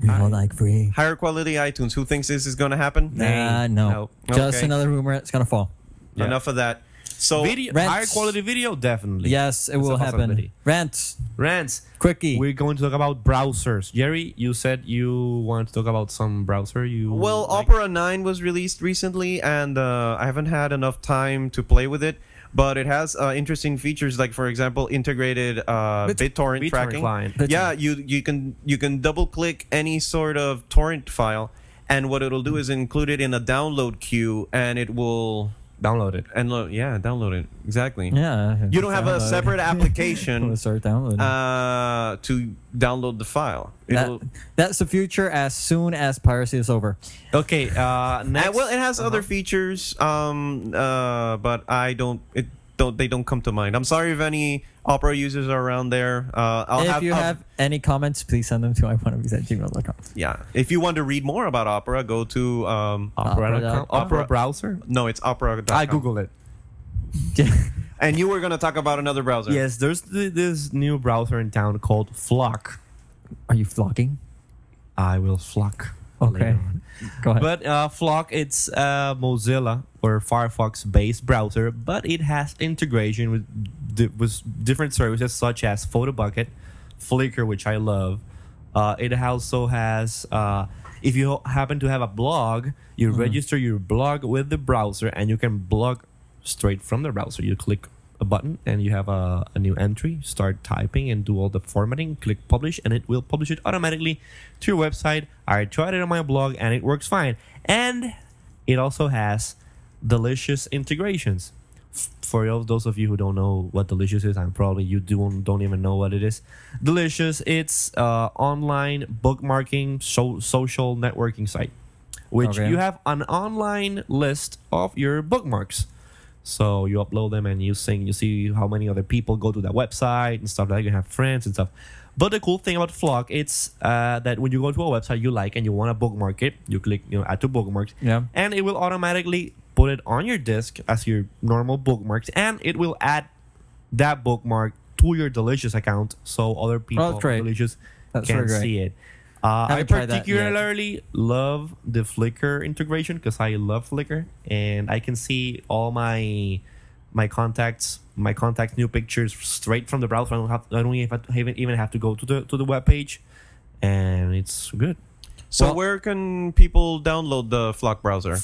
A: We all like free.
G: Higher quality iTunes. Who thinks this is going to happen?
A: Nah, no.
G: No.
A: Just
G: Okay.
A: another rumor. It's gonna fall.
F: Yeah.
G: Enough of that. So
F: Video,
A: Rents.
F: higher quality video, definitely.
A: Yes, it
F: That's a
A: will happen.
F: possibility.
A: Rants,
F: Rants.
A: quickie.
F: We're going to talk about browsers. Jerry, you said you want to talk about some browser. You
G: Well,
F: like.
G: Opera 9 was released recently, and uh, I haven't had enough time to play with it. But it has uh, interesting features, like for example, integrated uh,
F: Bit-
G: BitTorrent
F: BitTorrent
G: tracking.
F: client.
G: Yeah, you you can you can double click any sort of torrent file, and what it'll do is include it in a download queue, and it will
F: download it.
G: And lo- yeah, download it. Exactly.
A: Yeah,
G: You don't have a
A: download.
G: separate application
A: start downloading.
G: uh, to download the file. It'll-
A: That, that's the future as soon as piracy is over.
F: Okay, uh,
G: Uh,
F: next.
G: well, it has other features, um, uh, but I don't. It don't. They don't come to mind. I'm sorry if any Opera users are around there. Uh, I'll
A: if
G: have,
A: you
G: I'll-
A: have any comments, please send them to iwannabes at gmail.com.
G: yeah. If you want to read more about Opera, go to um,
F: opera,
A: Opera.
F: opera browser.
G: no, it's Opera.
F: Uh, I googled it.
G: And you were going to talk about another browser.
F: Yes, there's th- this new browser in town called Flock.
A: Are you flocking?
F: I will flock.
A: Okay.
F: later on.
A: Go ahead.
F: But uh, Flock, it's a Mozilla or Firefox-based browser, but it has integration with di- with different services such as PhotoBucket, Flickr, which I love. Uh, it also has uh, if you happen to have a blog, you register your blog with the browser, and you can blog straight from the browser. You click a button and you have a, a new entry start typing and do all the formatting click publish and it will publish it automatically to your website i tried it on my blog and it works fine and it also has delicious integrations F- for all those of you who don't know what delicious is i'm probably you don't don't even know what it is delicious it's uh, online bookmarking so- social networking site which
A: Okay.
F: you have an online list of your bookmarks so you upload them and you sing, you see how many other people go to that website and stuff like that. You have friends and stuff. But the cool thing about Flock, it's uh, that when you go to a website you like and you want to bookmark it, you click you know add to bookmarks,
A: Yeah.
F: and it will automatically put it on your disk as your normal bookmarks, and it will add that bookmark to your Delicious account so other people on
A: Oh, great.
F: Delicious
A: That's
F: can
A: very great.
F: see it. Uh, I
A: Haven't tried that yet.
F: particularly love the Flickr integration because I love Flickr and I can see all my my contacts, my contacts, new pictures straight from the browser. I don't have, I don't even have- even have to go to the to the web page, and it's good.
G: So
A: Well-
G: where can people download the Flock browser?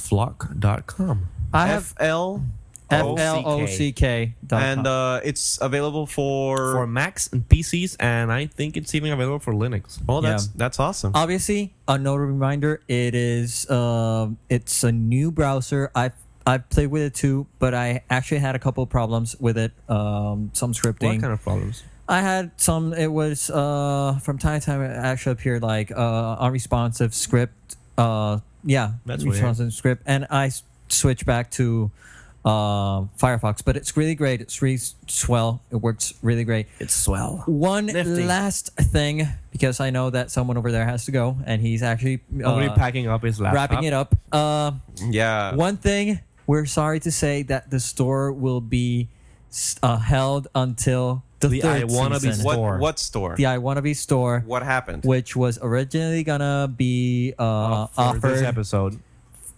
F: Flock.com.
A: I have
G: F L
A: F L O C K.
G: and uh, it's available for.
F: For Macs and PCs, and I think it's even available for Linux.
G: oh, that's
A: yeah.
G: that's awesome.
A: obviously another reminder it is um it's a new browser i've i've played with it too but i actually had a couple problems with it um some scripting
F: What kind of problems?
A: i had some it was uh from time to time it actually appeared like uh unresponsive script uh yeah
F: That's weird.
A: unresponsive script and i s- switched back to uh, Firefox, but it's really great. It's really s- swell. It works really great.
F: It's swell.
A: One
F: Nifty.
A: last thing, because I know that someone over there has to go, and he's actually
F: Already
A: uh,
F: packing up his laptop.
A: wrapping it up. Uh,
G: yeah.
A: one thing, we're sorry to say that the store will be s- uh, held until the,
F: The
A: third
F: I Wanna Be
A: season.
F: store.
G: What what store?
A: The I Wanna Be store,
G: What happened?
A: which was originally gonna be uh,
F: for this
A: offered
F: episode.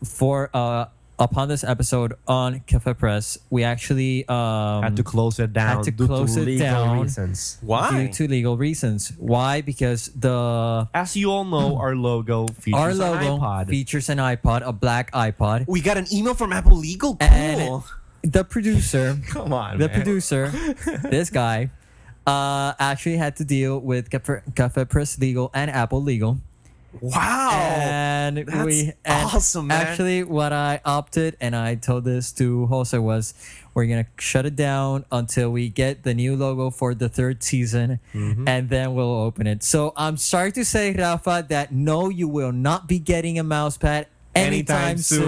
A: for uh, upon this episode on Cafe Press. We actually um,
F: had to close it down
A: had to
F: due
A: close
F: to
A: it
F: legal
A: down.
F: reasons.
G: Why?
A: due to legal reasons. Why? Because the
F: As you all know, our logo features
A: our
F: an
A: logo
F: iPod.
A: features an iPod, a black iPod,
G: we got an email from Apple Legal.
A: and the producer,
F: Come on,
A: the
F: man.
A: producer, this guy, uh, actually had to deal with Cafe, Cafe Press Legal and Apple Legal.
G: Wow.
A: and we and
G: Oh, awesome, man.
A: Actually, what I opted and I told this to Jose was we're gonna shut it down until we get the new logo for the third season,
G: Mm-hmm.
A: and then we'll open it. So I'm sorry to say, Rafa, that no, you will not be getting a mouse pad anytime,
F: Anytime
A: soon.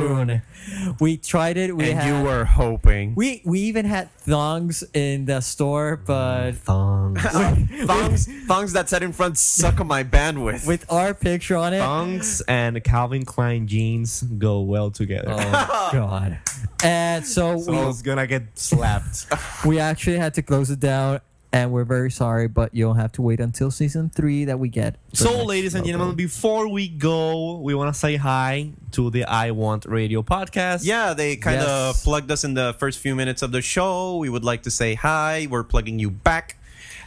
F: soon.
A: We tried it. We
G: and
A: had,
G: you were hoping.
A: we we even had thongs in the store, but
G: Mm,
F: Thongs.
G: thongs, thongs that said in front suck on my bandwidth.
A: with our picture on
G: Oh.
A: it.
F: Thongs and Calvin Klein jeans go well together.
A: Oh God! And so,
F: So
A: we
F: I was gonna get slapped.
A: we actually had to close it down and we're very sorry but you'll have to wait until season three that we get the
F: so,
A: next
F: ladies and
A: logo.
F: gentlemen, before we go, we want to say hi to the I Want Radio podcast.
G: yeah, they kind of
A: Yes.
G: plugged us in the first few minutes of the show. We would like to say hi. We're plugging you back,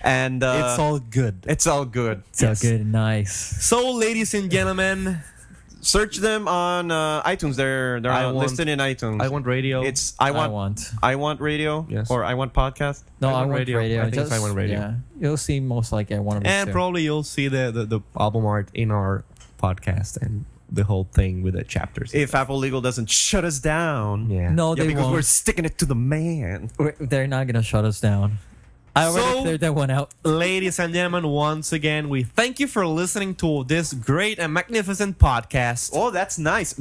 G: and uh,
F: it's all good.
G: it's all good.
A: so good nice
F: So, ladies and gentlemen,
G: Search them on uh, iTunes. They're they're
F: I
G: on-
F: want-
G: listed in iTunes.
F: I Want Radio.
G: It's I
A: i
G: want I
A: want
G: want, radio
F: Yes.
G: or I want podcast.
A: no i
F: I
A: want,
F: want
A: radio,
F: radio. I think it's I want radio.
A: yeah it'll seem most like i want to
F: and probably you'll see the, the the album art in our podcast and the whole thing with the chapters.
G: If Apple Legal doesn't shut us down,
F: Yeah.
A: No,
G: yeah,
A: they
G: because
A: won't.
G: we're sticking it to the man.
A: We're- they're not gonna shut us down. I already
F: So-
A: cleared that one out.
F: Ladies and gentlemen, once again, we thank you for listening to this great and magnificent podcast.
G: Oh, that's nice,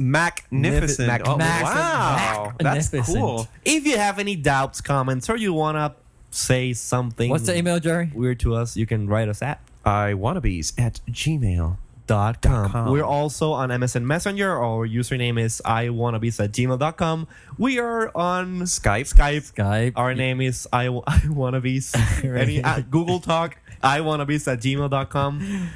G: magnificent.
F: Magnificent.
G: Oh,
A: Magnificent.
G: wow, that's
A: Magnificent.
G: cool.
F: If you have any doubts, comments, or you want to say something
A: What's the email, Jerry?
F: weird to us, you can write us at
G: I wannabes at Gmail.
F: dot com.
G: com.
F: We're also on MSN Messenger. Our username is I iwannabes at gmail.com. We are on
G: Skype.
F: Skype.
A: Skype.
F: Our name is I, I wannabes. Any, uh, Google Talk, I wannabes at gmail.com.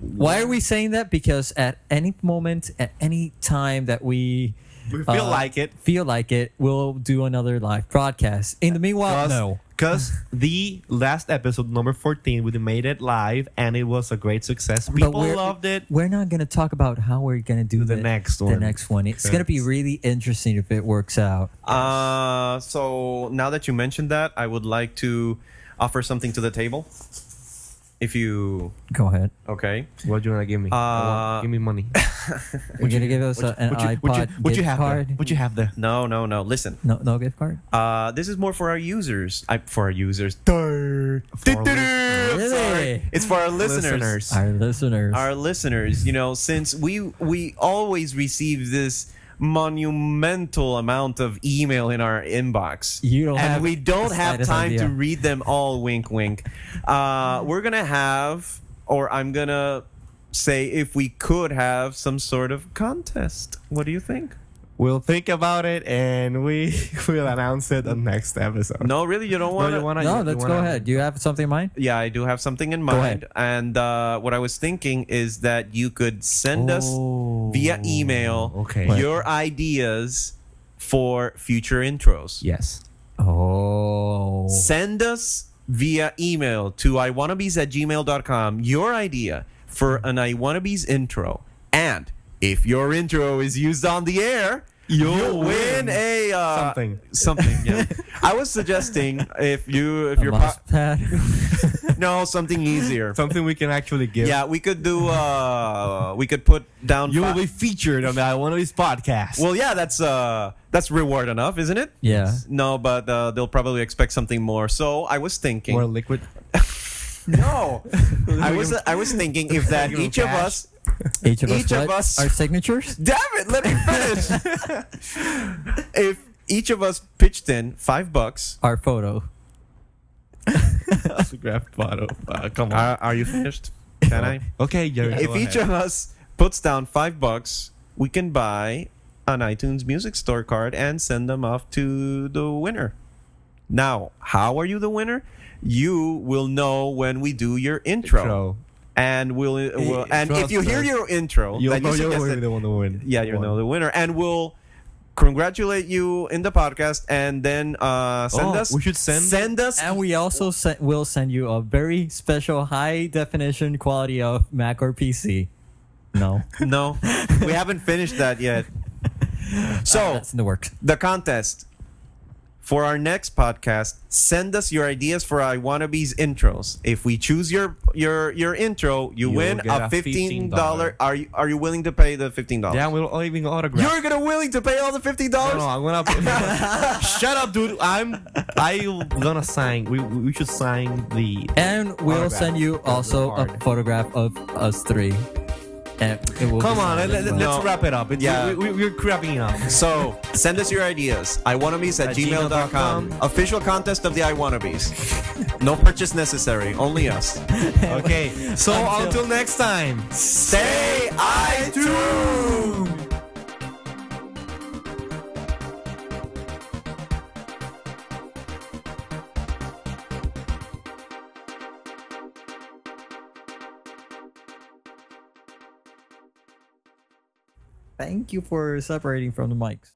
A: Why are we saying that? Because at any moment, at any time that we
F: We feel
A: uh,
F: like it.
A: feel like it, we'll do another live broadcast. In the meanwhile,
F: Cause,
A: no.
F: 'cause the last episode, number 14, we made it live and it was a great success. People
A: we're-
F: loved it.
A: We're not gonna talk about how we're gonna do
F: The next
A: The
F: one.
A: next one. It's gonna be really interesting if it works out.
G: Uh, so now that you mentioned that, I would like to offer something to the table. If you
A: Go ahead.
G: okay,
F: What do you want to give me? I want-
G: Uh,
F: give me money.
A: We're gonna give us a, an
F: What you,
A: iPod
F: what you, what
A: gift
F: you have
A: card.
F: there? What you have there?
G: no, no, no. Listen,
A: No, no gift card.
G: uh, this is more for our users. I, for our users,
F: our
G: Durr. Durr.
F: listeners.
G: I'm sorry.
A: Really?
G: it's for our listeners.
A: Our listeners.
G: our listeners, you know, since we we always receive this monumental amount of email in our inbox.
A: You don't
G: and
A: have
G: we don't
A: the
G: have
A: slightest
G: time to
A: idea.
G: read them all wink wink. Uh, we're going to have or I'm going to say if we could have some sort of contest. What do you think?
F: We'll think about it and we will announce it on next episode.
G: No, really you don't want
F: you wanna-
A: no,
F: you
A: let's
F: wanna-
A: go ahead. Do you have something in mind?
G: Yeah, I do have something in mind. And uh, what I was thinking is that you could send
F: Oh,
G: us via e- email
F: okay.
G: your ideas for future intros.
F: Yes.
A: Oh.
G: Send us via email to iwannabes at gmail.com your idea for an iwannabes intro. And if your intro is used on the air, You'll, win, a uh,
F: Something.
G: Something. Yeah. I was suggesting if you if
A: A
G: your po-
A: mouse pad.
G: no something easier.
F: Something we can actually give.
G: Yeah, we could do. uh We could put down.
F: You will
G: fi-
F: be featured on the I One of These podcasts.
G: well, yeah, that's uh that's reward enough, isn't it?
A: Yeah.
G: No, but uh, they'll probably expect something more. So I was thinking.
F: more liquid.
G: no, I was I was thinking if that each of us.
A: Each of us.
G: Each of
A: what?
G: us-
A: Our signatures.
G: Damn it! Let me finish. if each of us pitched in five bucks.
A: Our photo.
F: Autographed photo. Uh, come on.
G: Are, are you finished? Can I?
F: Okay, Jerry.
G: if
F: go
G: each
F: ahead.
G: of us puts down five bucks, we can buy an iTunes Music Store card and send them off to the winner. Now, how are you the winner? You will know when we do your intro,
F: Intro.
G: and we'll, we'll and if you hear your intro,
F: you'll
G: that you
F: know you're
G: suggested-
F: the one to win.
G: yeah, you'll
F: One.
G: know the winner, and we'll congratulate you in the podcast, and then uh, send
F: Oh,
G: us.
F: we should send-
G: send us
A: And we also se- will send you a very special high definition quality of Mac or PC. No.
G: no, we haven't finished that yet. So
F: Uh,
A: That's in the works.
G: the contest for our next podcast send us your ideas for i wannabes intros if we choose your your your intro you
F: You'll
G: win
F: get
G: a
F: a
G: $15
F: $15.
G: are you are you willing to pay the $15
F: Yeah, we'll all even autograph.
G: you're gonna willing to pay all the $15
F: no, no, I'm gonna shut up, dude. I'm I'm gonna sign. We we should sign the
A: And we'll
F: Autograph.
A: send you
F: That's
A: also a
F: hard.
A: photograph of us three. And it will be
F: Come on,
A: signed
F: let,
A: as
F: us
A: well.
G: No.
F: wrap it up. It-
G: Yeah.
F: we, we, are crapping up.
G: so send us your ideas iwannabes at,
F: At
G: gmail.com
F: gmail.com.
G: official contest of the iwannabes no purchase necessary only us
F: Okay, so
A: Until-
F: until next time.
G: stay iTunes
A: Thank you for separating from the mics.